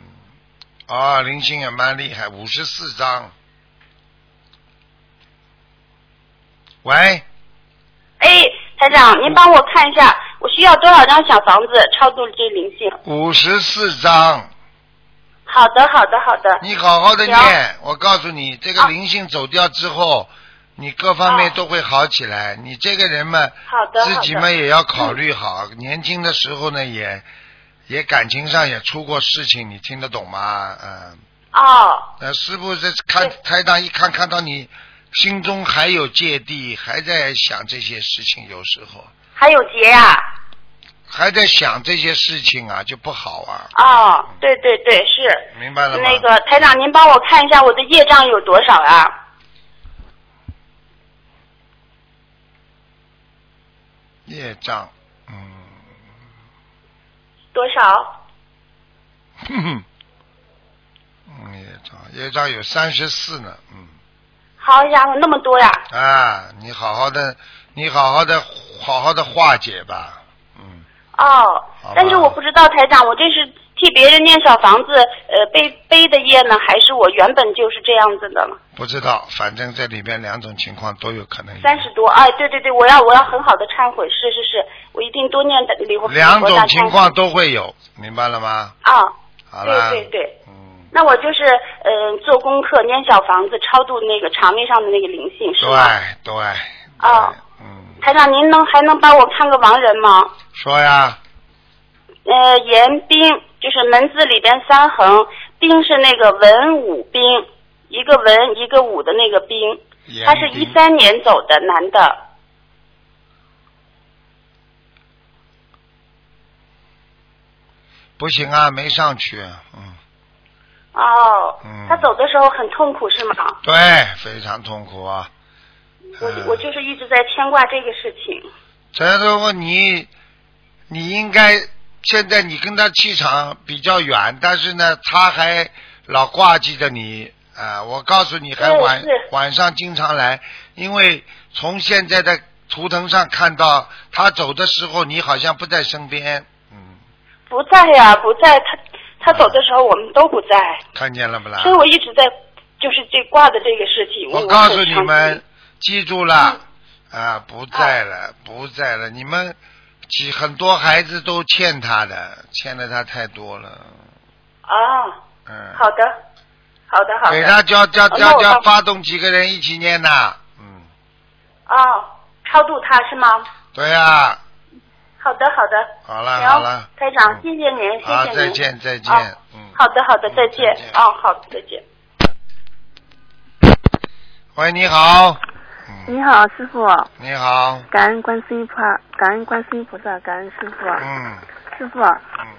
S1: 啊，灵性也蛮厉害，五十四张。喂，
S6: 哎，台长，您帮我看一下，我需要多少张小房子超度这灵性？
S1: 五十四张。
S6: 好的，好的，好的。
S1: 你好好的
S6: 行
S1: 念，我告诉你，这个灵性走掉之后，你各方面
S6: 哦
S1: 都会好起来。你这个人嘛，
S6: 好的，
S1: 自
S6: 好
S1: 己嘛
S6: 的。
S1: 也要考虑好，年轻的时候呢也也感情上也出过事情，你听得懂吗？嗯，
S6: 哦，
S1: 那师傅这看
S6: 对
S1: 台长一看看到你心中还有芥蒂，还在想这些事情，有时候
S6: 还有结啊呀、
S1: 还在想这些事情啊，就不好啊，
S6: 哦，对对对，是。
S1: 明白了吗？
S6: 那个台长，您帮我看一下我的业障有多少啊？
S1: 业障，嗯。
S6: 多少？
S1: 哼哼，嗯，业障业障有三十四呢，嗯
S6: 好家伙，那么多呀！
S1: 啊，你好好的，你好好的，好好的化解吧，嗯，
S6: 哦
S1: 好吧，
S6: 但是我不知道台长，我这是替别人念小房子，呃，背背的业呢，还是我原本就是这样子的？
S1: 不知道，反正这里边两种情况都有可能有，
S6: 三十多，哎，对对对，我要我要很好的忏悔，是是是，我一定多念的礼佛。
S1: 两
S6: 礼佛
S1: 种
S6: 大忏
S1: 情况都会有，明白了吗？
S6: 啊、
S1: 好了，
S6: 对对对，
S1: 嗯，
S6: 那我就是嗯、呃做功课念小房子，超度那个肠胃上的那个灵性，是
S1: 对
S6: 吗？
S1: 对，
S6: 哦
S1: 对嗯，
S6: 台长，您能还能帮我看个亡人吗？
S1: 说呀，
S6: 呃，严彬就是门字里边三横，彬是那个文武彬，一个文一个武的那个彬，他是
S1: 严
S6: 一
S1: 彬
S6: 三年走的男的，
S1: 不行啊，没上去，嗯，
S6: 哦
S1: 嗯，
S6: 他走的时候很痛苦是吗？
S1: 对，非常痛苦啊，
S6: 我
S1: 嗯
S6: 我就是一直在牵挂这个事情。
S1: 陈师傅，你你应该现在你跟他气场比较远，但是呢，他还老挂记着你啊、我告诉你，还
S6: 对
S1: 晚
S6: 是
S1: 晚上经常来，因为从现在的图腾上看到他走的时候，你好像不在身边，嗯，
S6: 不在呀、不在。他他走的时候我们都不在，
S1: 看见了不啦
S6: 所以？我一直在就是这挂的这个事情。
S1: 啊我
S6: 我
S1: 告诉
S6: 很
S1: 你
S6: 伤
S1: 们
S6: 心，嗯
S1: 记住了、啊，不在了，不在了，你们。几很多孩子都欠他的，欠了他太多了，
S6: 啊，
S1: 嗯。
S6: 好的，好的，好
S1: 给
S6: 的。
S1: 他叫叫
S6: 那
S1: 叫
S6: 我
S1: 叫
S6: 帮
S1: 发动几个人一起念呐，嗯，
S6: 哦，超度他是吗？
S1: 对呀、
S6: 好的，好的。
S1: 好了
S6: 嗯行
S1: 好了，
S6: 台长，
S1: 嗯
S6: 谢谢您，谢
S1: 好
S6: 谢您。
S1: 再见再见
S6: 哦
S1: 嗯
S6: 好的，好的，再见
S1: 再见。
S6: 哦，好的，再见。
S1: 喂，你好，嗯，
S7: 你好，师傅，
S1: 你好，
S7: 感恩观世音菩萨，感恩观世音菩萨，感恩师傅。
S1: 嗯
S7: 师傅，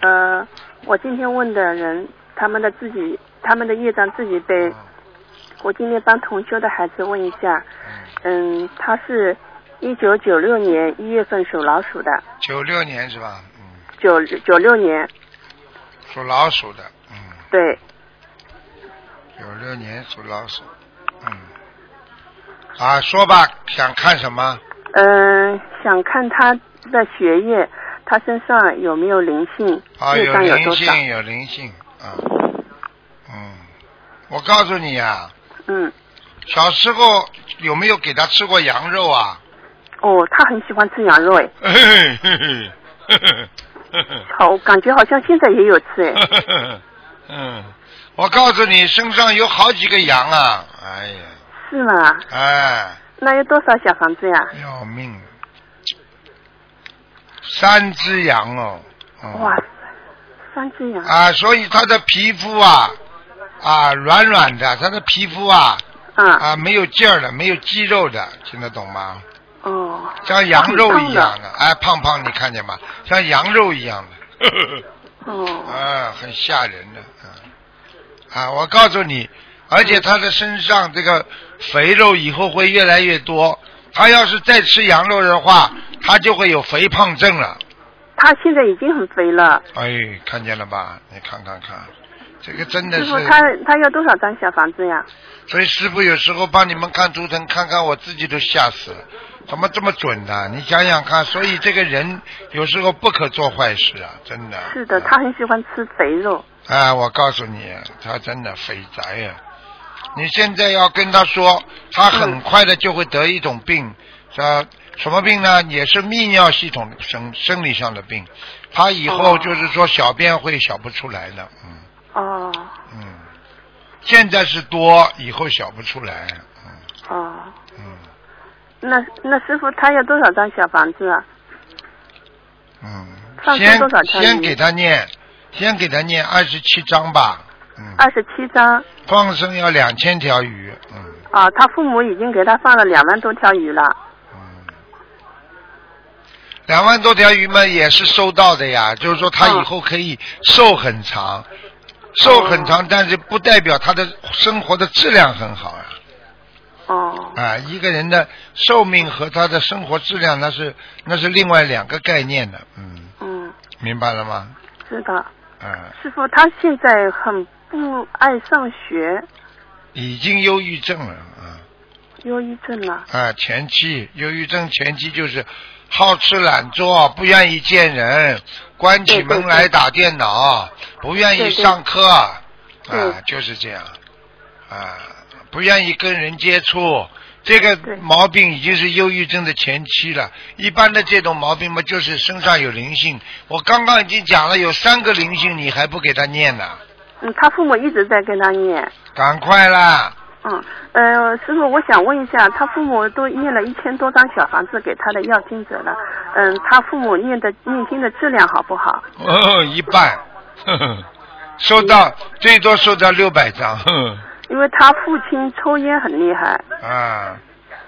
S7: 呃，我今天问的人，他们的自己，他们的业障自己背
S1: 嗯。
S7: 我今天帮同修的孩子问一下，
S1: 嗯，
S7: 嗯，他是一九九六年一月份属老鼠的，
S1: 九六年是吧？嗯，
S7: 九九六年，
S1: 属老鼠的，嗯，
S7: 对，
S1: 九六年属老鼠，嗯，啊，说吧，想看什么？
S7: 嗯、想看他的学业，他身上有没有灵性，
S1: 啊，
S7: 业
S1: 有
S7: 障多
S1: 灵
S7: 少？
S1: 性，有灵性，啊，嗯，我告诉你啊，
S7: 嗯，
S1: 小时候有没有给他吃过羊肉啊？
S7: 哦，他很喜欢吃羊肉，哎，
S1: 嘿嘿嘿嘿嘿嘿
S7: 好，我感觉好像现在也有吃，哎。
S1: 嘿嘿嗯，我告诉你，身上有好几个羊啊！哎呀，
S7: 是吗？
S1: 哎，
S7: 那要多少小房子呀？
S1: 要命！三只羊哦，嗯、
S7: 哇，三只羊。
S1: 啊，所以他的皮肤啊啊软软的，他的皮肤啊
S7: 嗯。
S1: 啊没有劲儿的，没有肌肉的，听得懂吗？
S7: 哦。
S1: 像羊肉一
S7: 它
S1: 样的，哎，胖胖，你看见吗？像羊肉一样的， 啊
S7: 哦。
S1: 啊，很吓人的，嗯啊，我告诉你，而且他的身上这个肥肉以后会越来越多。他要是再吃羊肉的话，他就会有肥胖症了。
S7: 他现在已经很肥了。
S1: 哎，看见了吧？你看看看，这个真的
S7: 师
S1: 是
S7: 傅，。他他要多少张小房子呀？
S1: 所以师傅有时候帮你们看图腾，看看我自己都吓死了，怎么这么准呢、你想想看，所以这个人有时候不可做坏事啊，真的。
S7: 是的，他很喜欢吃肥肉。
S1: 啊，我告诉你，他真的肥宅呀、你现在要跟他说，他很快的就会得一种病，啊，什么病呢？也是泌尿系统生生理上的病，他以后
S7: 哦
S1: 就是说小便会小不出来的，嗯
S7: 哦
S1: 嗯，现在是多，以后小不出来，嗯
S7: 哦，
S1: 嗯
S7: 那那师傅他要多少张小房子啊？
S1: 嗯，
S7: 放生
S1: 先
S7: 多少条鱼
S1: 先给他念，先给他念二十七章吧，嗯，
S7: 二十七张
S1: 放生要两千条鱼，嗯
S7: 啊！他父母已经给他放了两万多条鱼了。
S1: 嗯。两万多条鱼嘛，也是收到的呀。就是说，他以后可以寿很长，寿很长，但是不代表他的生活的质量很好啊。
S7: 哦
S1: 啊，一个人的寿命和他的生活质量，那是那是另外两个概念的。嗯，
S7: 嗯，
S1: 明白了吗？
S7: 知道。
S1: 啊，
S7: 师傅他现在很不爱上学，
S1: 已经忧郁症了啊。
S7: 忧郁症了。
S1: 啊，前期忧郁症前期就是好吃懒做，不愿意见人，关起门来打电脑，不愿意上课，
S7: 对
S1: 啊，就是这样，啊，不愿意跟人接触。这个
S7: 对
S1: 毛病已经是忧郁症的前期了。一般的这种毛病嘛，就是身上有灵性。我刚刚已经讲了，有三个灵性，你还不给他念呢？
S7: 嗯，他父母一直在跟他念。
S1: 赶快啦！
S7: 嗯，呃，师傅，我想问一下，他父母都念了一千多张小房子给他的要经者了，嗯，他父母念的念经的质量好不好？
S1: 哦，一半，呵呵收到最多收到六百张，呵
S7: 因为他父亲抽烟很厉害，
S1: 呵啊，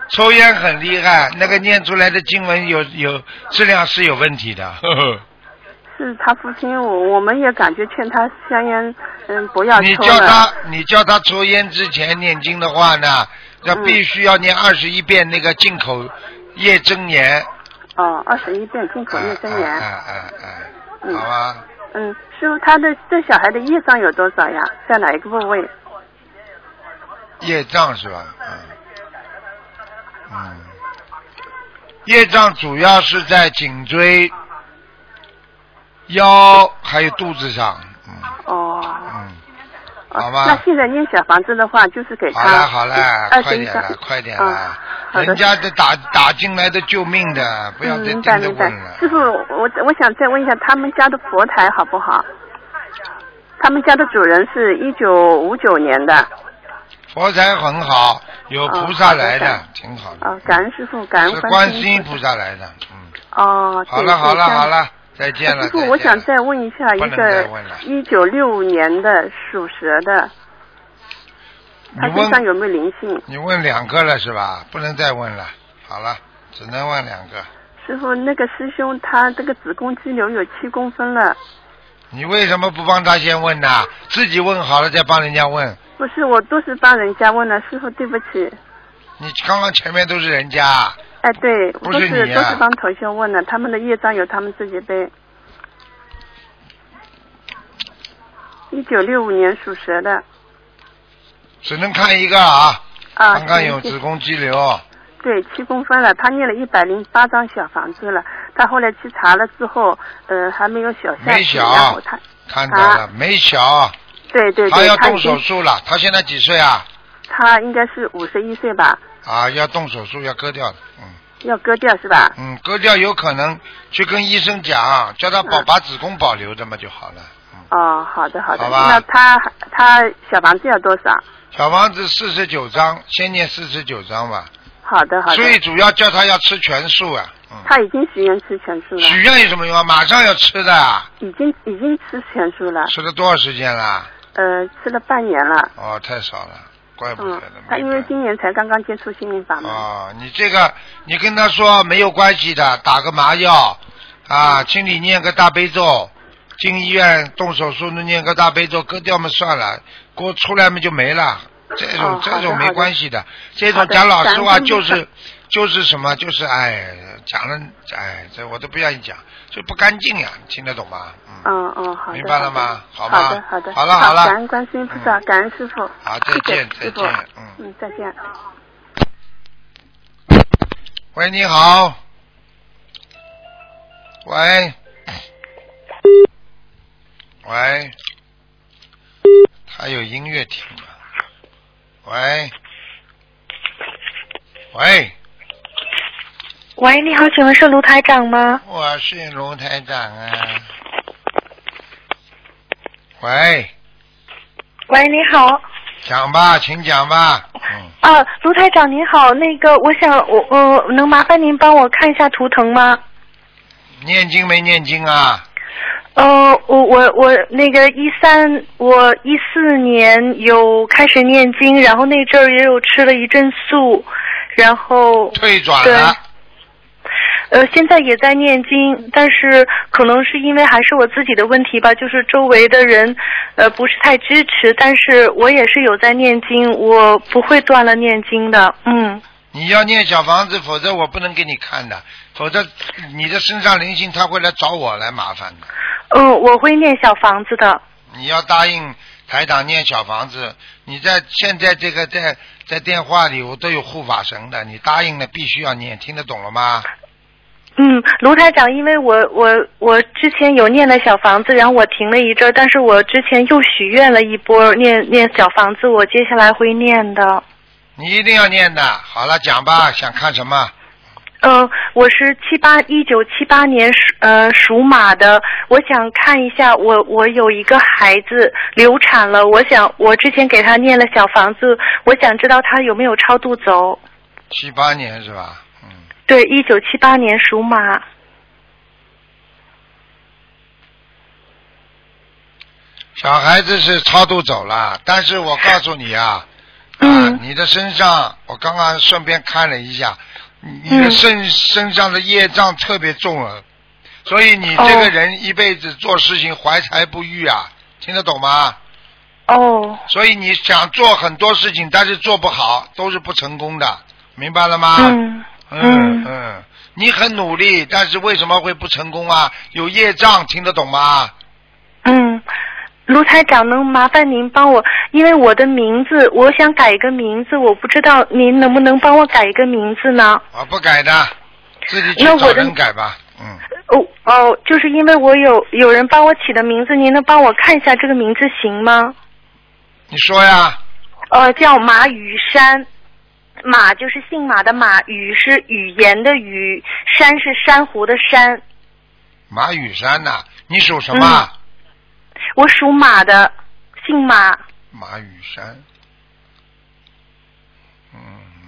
S1: 抽烟很厉害，那个念出来的经文有有质量是有问题的，呵呵
S7: 是他父亲，我我们也感觉劝他香烟，嗯，不要
S1: 你
S7: 抽
S1: 叫
S7: 了
S1: 他。你叫他抽烟之前念经的话呢，要
S7: 嗯
S1: 必须要念二十一遍那个进口业真言，
S7: 哦，二十一遍进口业真
S1: 啊
S7: 言。
S1: 啊啊啊，
S7: 嗯
S1: 好吧，
S7: 嗯，师傅，他的这小孩的业障有多少呀？在哪一个部位？
S1: 业障是吧？嗯，嗯，业障主要是在颈椎、腰还有肚子上。嗯
S7: 哦，
S1: 嗯，
S7: 哦
S1: 好吧
S7: 那啊现在念小房子的话，就是给他
S1: 好了好了，
S7: 二
S1: 快
S7: 十一
S1: 点
S7: 张
S1: 了，快点
S7: 啊
S1: 了，
S7: 好的
S1: 人家的打打进来的救命的，不要再
S7: 嗯，明
S1: 盯
S7: 白
S1: 着
S7: 明白
S1: 问了。。
S7: 师傅，我我想再问一下，他们家的佛台好不好？他们家的主人是一九五九年的。
S1: 佛台很好，有
S7: 哦
S1: 菩萨来的
S7: 好的，
S1: 挺好的。
S7: 啊，感恩师傅，感恩
S1: 是观世音
S7: 菩
S1: 菩萨来的，嗯，
S7: 萨。哦，对
S1: 好了好了好。
S7: 对
S1: 了，再见了。
S7: 师傅
S1: 再，见
S7: 我想
S1: 了
S7: 再问一下
S1: 不
S7: 一
S1: 能再
S7: 个
S1: 问了
S7: 一九六五年的属蛇的，
S1: 你
S7: 他身上
S1: 问
S7: 有没有灵性？
S1: 你问两个了是吧？不能再问了，好了，只能问两个。
S7: 师傅，那个师兄他这个子宫肌瘤有七公分了，
S1: 你为什么不帮他先问呢？自己问好了再帮人家问。
S7: 不是我都是帮人家问了，师傅对不起。
S1: 你刚刚前面都是人家，
S7: 哎，对，
S1: 不
S7: 都
S1: 是
S7: 是
S1: 你
S7: 都
S1: 啊
S7: 是帮同学问的，他们的业障由他们自己背。一九六五年属蛇的
S1: 只能看一个啊。
S7: 啊，
S1: 刚刚有
S7: 对
S1: 子宫肌瘤，
S7: 对七公分了，他念了一百零八张小房子了，他后来去查了之后，呃，还没有小下
S1: 没
S7: 体
S1: 小
S7: 然后他
S1: 看到了、
S7: 啊
S1: 没小？
S7: 对对
S1: 他
S7: 对，
S1: 要
S7: 他
S1: 动
S7: 已
S1: 手
S7: 经
S1: 术了。他现在几岁啊？
S7: 他应该是五十一岁吧，
S1: 啊，要动手术，要割掉的。嗯
S7: 要割掉是吧？
S1: 嗯，割掉有可能去跟医生讲，叫他保、
S7: 嗯
S1: 把子宫保留着嘛就好了。嗯，
S7: 哦，好的好的，
S1: 好吧
S7: 那他他小房子要多少？
S1: 小房子四十九章，先念四十九章吧。
S7: 好的好的，
S1: 最主要叫他要吃全素啊，嗯，
S7: 他已经许愿吃全素了。
S1: 许愿有什么用啊？马上要吃的啊，
S7: 已经已经吃全素了，
S1: 吃了多少时间啦？
S7: 呃，吃了半年了。
S1: 哦，太少了，怪不
S7: 嗯
S1: 得呢。，
S7: 他因为
S1: 没办
S7: 今年才刚刚接触心灵法门。
S1: 哦，你这个，你跟他说没有关系的，打个麻药啊，请你念个大悲咒，进医院动手术，那念个大悲咒割掉嘛算了，过出来嘛就没了。这种、
S7: 哦好
S1: 这
S7: 的
S1: 种
S7: 好
S1: 没
S7: 的
S1: 关系的，这
S7: 好
S1: 种
S7: 的
S1: 讲老实
S7: 咱
S1: 话
S7: 们
S1: 就
S7: 不
S1: 是就是什么就是哎讲了哎这我都不愿意讲，就不干净呀，你听得懂吗？嗯，
S7: 嗯嗯，好的。
S1: 明白了
S7: 好的
S1: 吗？好吗？
S7: 好的，好的，
S1: 好了好了
S7: 感恩观世音菩萨，
S1: 嗯
S7: 感恩师傅。
S1: 好再
S7: 谢谢
S1: 见
S7: 师
S1: 再
S7: 傅
S1: 见嗯
S7: 嗯，再见。
S1: 喂，你好。喂。喂。他有音乐听了。喂。喂，
S6: 喂，你好，请问是卢台长吗？
S1: 我是卢台长啊。喂，
S6: 喂，你好，
S1: 讲吧，请讲吧。嗯，
S6: 啊，卢台长您好，那个我想我呃，能麻烦您帮我看一下图腾吗？
S1: 念经没念经啊？
S6: 呃，我我我那个一三，我一四年有开始念经，然后那阵儿也有吃了一阵素，然后
S1: 退转了。
S6: 呃现在也在念经，但是可能是因为还是我自己的问题吧，就是周围的人呃不是太支持，但是我也是有在念经，我不会断了念经的，嗯。
S1: 你要念小房子，否则我不能给你看的，否则你的身上灵性他会来找我来麻烦的。
S6: 嗯，我会念小房子的。
S1: 你要答应台长念小房子，你在现在这个在在电话里我都有护法神的，你答应了必须要念，听得懂了吗？
S6: 嗯，卢台长，因为我我我之前有念了小房子，然后我停了一阵儿，但是我之前又许愿了一波念念小房子，我接下来会念的。
S1: 你一定要念的。好了，讲吧，想看什么？
S6: 嗯、我是七八一九七八年属呃属马的，我想看一下我我有一个孩子流产了，我想我之前给他念了小房子，我想知道他有没有超度走。
S1: 七八年是吧？嗯，
S6: 对，一九七八年属马，
S1: 小孩子是超度走了，但是我告诉你啊，啊，
S6: 嗯
S1: 你的身上，我刚刚顺便看了一下，你你的
S6: 嗯
S1: 身、身上的业障特别重啊，所以你这个
S6: 哦
S1: 人一辈子做事情怀才不遇啊，听得懂吗？
S6: 哦，
S1: 所以你想做很多事情，但是做不好，都是不成功的，明白了吗？
S6: 嗯
S1: 嗯
S6: 嗯
S1: 嗯你很努力，但是为什么会不成功啊？有业障，听得懂吗？
S6: 嗯，卢台长，能麻烦您帮我，因为我的名字，我想改一个名字，我不知道您能不能帮我改一个名字呢？
S1: 啊，不改的，自己去
S6: 那我
S1: 找
S6: 的
S1: 人改吧。嗯，
S6: 哦哦，就是因为我有有人帮我起的名字，您能帮我看一下这个名字行吗？
S1: 你说呀，
S6: 呃，叫马雨山，马就是姓马的马，雨是语言的语，山是珊瑚的山。
S1: 马雨山呐、你属什么？
S6: 嗯我属马的，姓马。
S1: 马雨山，嗯，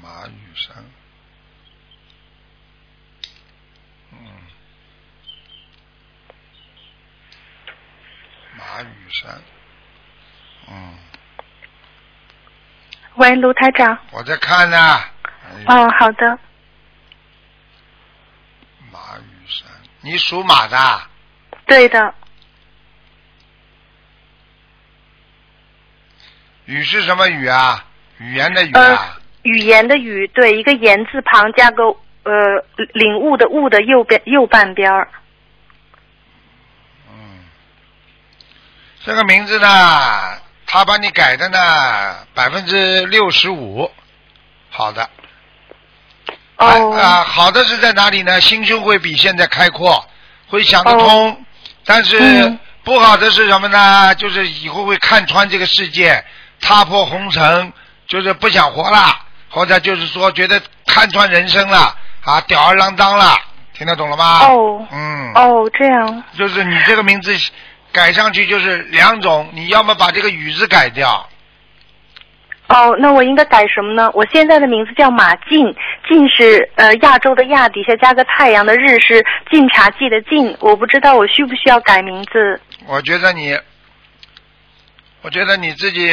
S1: 马雨山，嗯，马雨山，嗯，
S6: 喂，卢台长。
S1: 我在看呢、哎呦
S6: 嗯，好的。
S1: 马雨山，你属马的啊，
S6: 对的，
S1: 雨是什么雨啊？语言的语
S6: 呃
S1: 啊，
S6: 语言的语，对，一个言字旁加个呃领悟的悟的右边右半边儿。
S1: 嗯，这个名字呢，他帮你改的呢，百分之六十五，好的。
S6: 哦、
S1: 啊、啊好的是在哪里呢？心胸会比现在开阔，会想得通。但是
S6: 哦嗯
S1: 不好的是什么呢？就是以后会看穿这个世界，踏破红尘，就是不想活了，或者就是说觉得看穿人生了啊，吊儿郎当了，听得懂了吗？
S6: 哦
S1: 嗯。
S6: 哦，这样
S1: 就是你这个名字改上去就是两种，你要么把这个雨字改掉，
S6: 哦，那我应该改什么呢？我现在的名字叫马进，进是呃亚洲的亚，底下加个太阳的日是晋察冀的晋，我不知道我需不需要改名字。
S1: 我觉得你，我觉得你自己，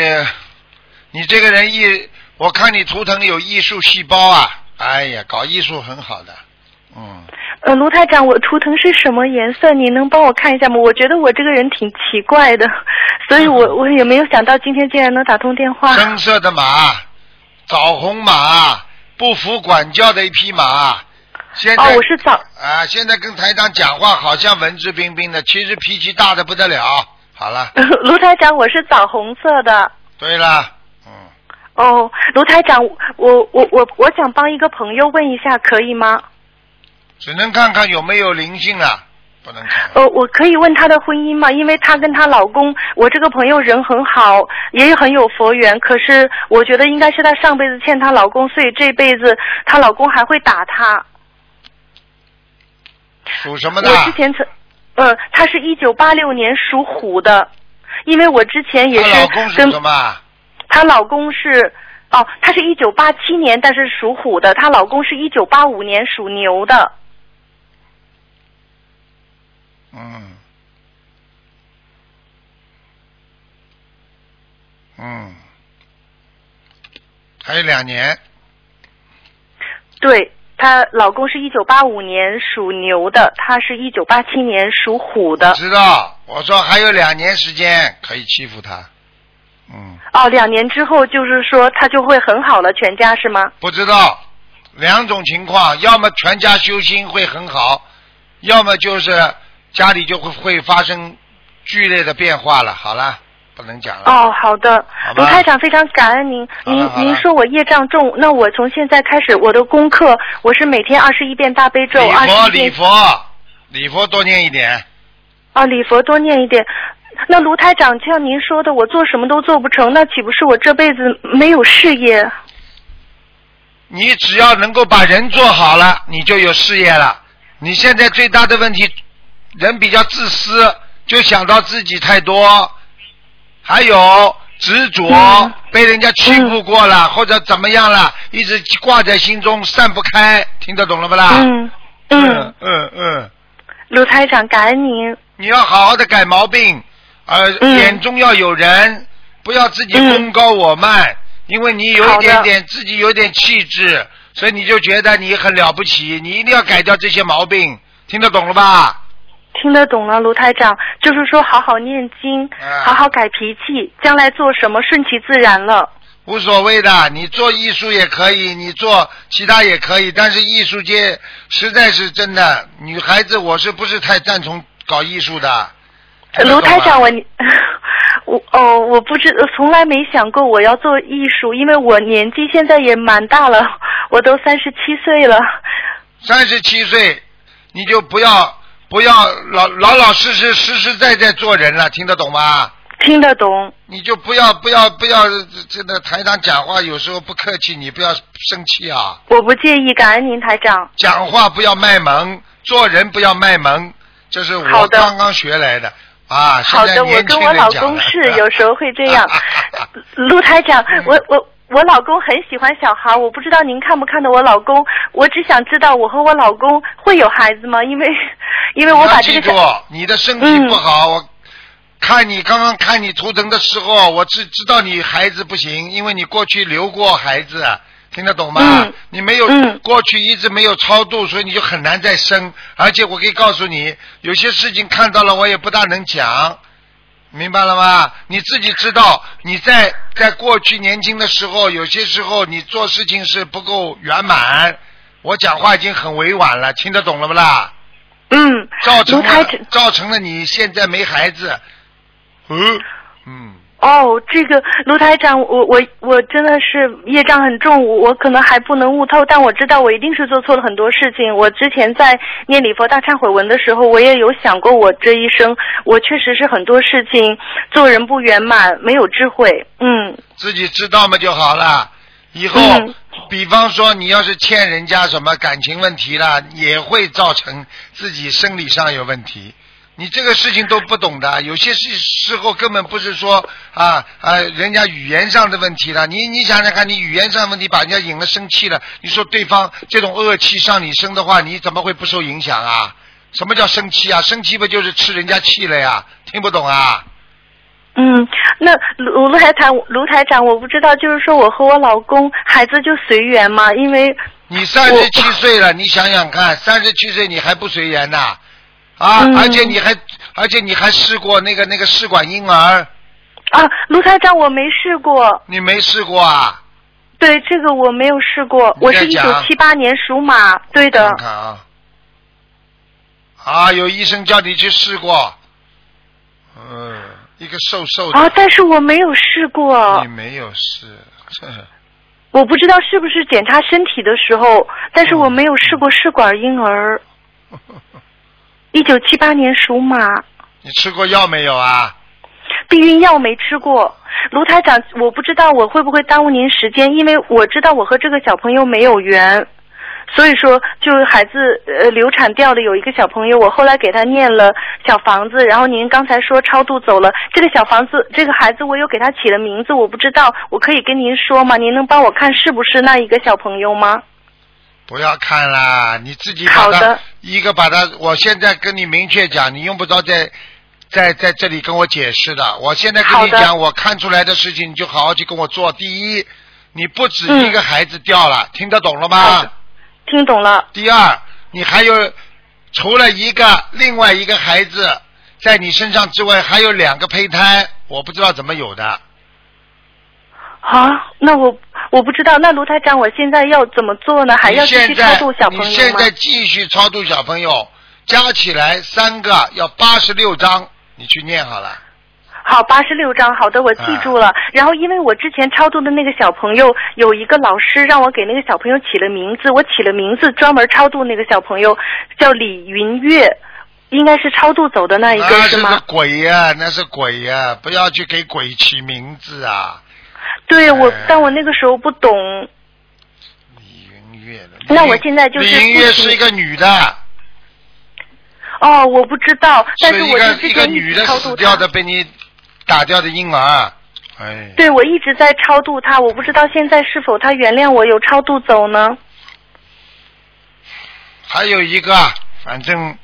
S1: 你这个人艺，我看你图腾有艺术细胞啊，哎呀，搞艺术很好的，嗯，
S6: 呃，卢台长，我图腾是什么颜色？您能帮我看一下吗？我觉得我这个人挺奇怪的，所以我我也没有想到今天竟然能打通电话。
S1: 深色的马，枣红马，不服管教的一匹马。现在
S6: 哦，我是枣
S1: 啊，现在跟台长讲话好像文质彬彬的，其实脾气大的不得了。好了，
S6: 卢台长，我是枣红色的。
S1: 对了，嗯
S6: 哦，卢台长，我我我我想帮一个朋友问一下，可以吗？
S1: 只能看看有没有灵性了，不能看。
S6: 呃，我可以问她的婚姻吗？因为她跟她老公，我这个朋友人很好，也很有佛缘。可是我觉得应该是她上辈子欠她老公，所以这辈子她老公还会打她。
S1: 属什么的？
S6: 我之前曾，呃，她是一九八六年属虎的，因为我之前也
S1: 她老
S6: 是
S1: 公属
S6: 跟
S1: 什么？
S6: 她老公是。哦，她是一九八七年，但是属虎的。她老公是一九八五年属牛的。
S1: 嗯，嗯，还有两年，
S6: 对，她老公是一九八五年属牛的，她是一九八七年属虎的。
S1: 知道？我说还有两年时间可以欺负他，嗯，
S6: 哦，两年之后就是说她就会很好了，全家是吗？
S1: 不知道。两种情况，要么全家修心会很好，要么就是家里就会会发生剧烈的变化了。好了，不能讲了。
S6: 哦，好的
S1: 好，吧
S6: 卢台长非常感恩您，
S1: 好了
S6: 您
S1: 好了
S6: 您说我业障重，那我从现在开始我的功课，我是每天二十一遍大悲咒，
S1: 礼
S6: 二
S1: 佛，
S6: 十一
S1: 礼
S6: 遍
S1: 佛，礼佛多念一点。
S6: 啊礼佛多念一点。那卢台长，就像您说的，我做什么都做不成，那岂不是我这辈子没有事业？
S1: 啊你只要能够把人做好了，你就有事业了。你现在最大的问题，人比较自私，就想到自己太多，还有执着，
S6: 嗯
S1: 被人家欺负过了、或者怎么样了，一直挂在心中散不开，听得懂了不啦？
S6: 嗯嗯
S1: 嗯，嗯嗯，
S6: 卢台长，感恩您。
S1: 你要好好的改毛病，呃，
S6: 嗯
S1: 眼中要有人，不要自己功高我慢，
S6: 嗯
S1: 因为你有一点点自己有点气质，所以你就觉得你很了不起，你一定要改掉这些毛病，听得懂了吧？
S6: 听得懂了，卢台长，就是说好好念经，
S1: 啊
S6: 好好改脾气，将来做什么顺其自然了。
S1: 无所谓的，你做艺术也可以，你做其他也可以，但是艺术界实在是真的，女孩子我是不是太赞同搞艺术的？听得
S6: 卢
S1: 懂吗
S6: 台长，我你 我哦，我不知，从来没想过我要做艺术，因为我年纪现在也蛮大了，我都三十七岁了。
S1: 三十七岁，你就不要不要老老老实实实实在在做人了，听得懂吗？
S6: 听得懂，
S1: 你就不要不要不要，这个台长讲话有时候不客气，你不要生气啊！
S6: 我不介意，感恩您台长。
S1: 讲话不要卖萌，做人不要卖萌，这是
S6: 好
S1: 我
S6: 的
S1: 刚刚学来的啊！
S6: 好
S1: 现在
S6: 的，我
S1: 年
S6: 跟
S1: 轻
S6: 我
S1: 人
S6: 老
S1: 讲
S6: 公
S1: 了啊
S6: 是有时候会这 样。卢台长，我我我老公很喜欢小孩，我不知道您看不看得我老公，我只想知道我和我老公会有孩子吗？因为因为我
S1: 你要
S6: 把这
S1: 记
S6: 个
S1: 住
S6: 小，嗯
S1: 你的身体不好，我看你刚刚看你图腾的时候，我知知道你孩子不行，因为你过去留过孩子，啊听得懂吗？
S6: 嗯
S1: 你没有、
S6: 嗯
S1: 过去一直没有超度，所以你就很难再生。而且我可以告诉你，有些事情看到了我也不大能讲。明白了吗？你自己知道，你在在过去年轻的时候，有些时候你做事情是不够圆满。我讲话已经很委婉了，听得懂了不啦？
S6: 嗯，
S1: 造成
S6: 卢台
S1: 了
S6: 长。
S1: 造成了你现在没孩子，嗯嗯，
S6: 哦，这个卢台长，我我我真的是业障很重，我我可能还不能悟透，但我知道我一定是做错了很多事情。我之前在念礼佛大忏悔文的时候，我也有想过，我这一生我确实是很多事情做人不圆满，没有智慧。嗯，
S1: 自己知道嘛就好了。以后，
S6: 嗯
S1: 比方说你要是欠人家什么感情问题啦，也会造成自己生理上有问题。你这个事情都不懂的，有些事时候根本不是说啊啊，人家语言上的问题了。你你想想看，你语言上的问题把人家引了生气了，你说对方这种恶气上你身的话，你怎么会不受影响啊？什么叫生气啊？生气不就是吃人家气了呀？听不懂啊？
S6: 嗯，那卢卢台长，卢台长，我不知道，就是说我和我老公孩子就随缘嘛，因为
S1: 你三十七岁了，你想想看，三十七岁你还不随缘呐？啊，
S6: 嗯
S1: 而且你还，而且你还试过那个那个试管婴儿，
S6: 啊，卢台长，我没试过，
S1: 你没试过啊？
S6: 对这个我没有试过，
S1: 你
S6: 我
S1: 在
S6: 是一
S1: 讲
S6: 九七八年属马，对的
S1: 看，看啊，啊，有医生叫你去试过，嗯，一个瘦瘦的，
S6: 啊，但是我没有试过
S1: 你，没有试， 呵呵
S6: 我不知道是不是检查身体的时候，但是我没有试过试管婴儿。一九七八年属马，
S1: 你吃过药没有啊？
S6: 避孕药没吃过。卢台长，我不知道我会不会耽误您时间，因为我知道我和这个小朋友没有缘，所以说就孩子呃流产掉了有一个小朋友，我后来给他念了小房子，然后您刚才说超度走了这个小房子，这个孩子我有给他起了名字，我不知道我可以跟您说吗？您能帮我看是不是那一个小朋友吗？
S1: 不要看啦，你自己把
S6: 好
S1: 它
S6: 的
S1: 一个把它，我现在跟你明确讲，你用不着在在在这里跟我解释的。我现在跟你
S6: 好的
S1: 讲，我看出来的事情，你就好好去跟我做。第一，你不止一个孩子掉了，听得懂了
S6: 嗯好
S1: 吗
S6: 的？听懂了，
S1: 第二，你还有除了一个，另外一个孩子在你身上之外，还有两个胚胎，我不知道怎么有的。
S6: 啊，那我我不知道，那卢台长，我现在要怎么做呢？还要继续
S1: 你现
S6: 超
S1: 在
S6: 度小朋友吗？
S1: 你现在继续超度小朋友，加起来三个要八十六章，你去念好了。啊
S6: 好，八十六张，好的，
S1: 嗯
S6: 我记住了。然后，因为我之前超度的那个小朋友，有一个老师让我给那个小朋友起了名字，我起了名字专门超度那个小朋友，叫李云月，应该是超度走的那一个
S1: 那
S6: 是
S1: 是
S6: 吗？
S1: 鬼呀、那是鬼呀、不要去给鬼起名字啊！
S6: 对，我
S1: 哎
S6: 但我那个时候不懂。
S1: 李云月的。
S6: 那我现在就是
S1: 李云月
S6: 自己
S1: 是一个女的，
S6: 哦，我不知道，但
S1: 一
S6: 我
S1: 个
S6: 就之
S1: 一个
S6: 前一
S1: 女
S6: 直
S1: 的
S6: 超
S1: 死
S6: 度
S1: 掉
S6: 他。
S1: 的被你打掉的婴儿，哎，
S6: 对，我一直在超度他，我不知道现在是否他原谅我有超度走呢？
S1: 还有一个，反正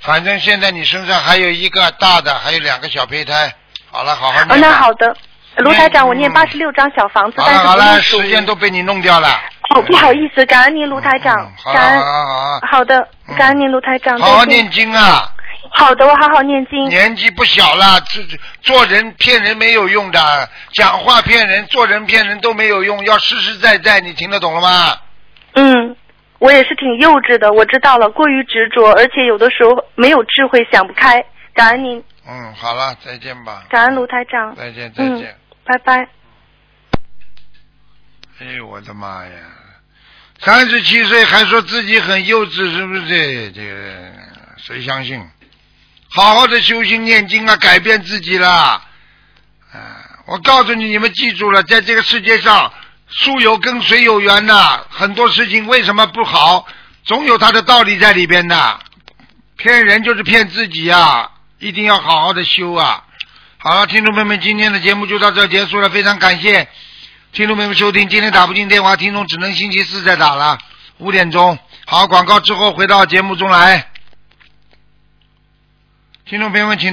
S1: 反正现在你身上还有一个大的，还有两个小胚胎。好了，好好念吧。
S6: 哦，那好的，卢台长，
S1: 嗯
S6: 我念八十六张小房子，
S1: 好
S6: 但
S1: 了
S6: 是
S1: 好
S6: 不
S1: 了，
S6: 念属
S1: 时
S6: 于
S1: 间都被你弄掉了。
S6: 哦，不好意思，感恩您卢台
S1: 嗯
S6: 长，
S1: 好了
S6: 感
S1: 好
S6: 恩。
S1: 了好了，
S6: 好的
S1: 嗯，
S6: 感恩您卢台长。
S1: 好好
S6: 再见
S1: 念。经啊！
S6: 好的，我好好念经。
S1: 年纪不小了，这这做人骗人没有用的，讲话骗人、做人骗人都没有用，要实实在在，你听得懂了吗？
S6: 嗯，我也是挺幼稚的，我知道了，过于执着，而且有的时候没有智慧，想不开。感恩您，
S1: 嗯，好了，再见吧。
S6: 感恩卢台长。
S1: 再见再
S6: 嗯
S1: 见。，
S6: 拜拜。
S1: 哎呦我的妈呀！三十七岁还说自己很幼稚，是不是？这这个人谁相信？好好的修心念经啊，改变自己啦！啊，我告诉你，你们记住了，在这个世界上，树有跟水有缘的，很多事情为什么不好，总有它的道理在里边的。骗人就是骗自己呀、一定要好好的修啊！好了，听众朋友们，今天的节目就到这儿结束了，非常感谢听众朋友们收听，今天打不进电话，听众只能星期四再打了，五点钟。好，广告之后回到节目中来。听众朋友们，请。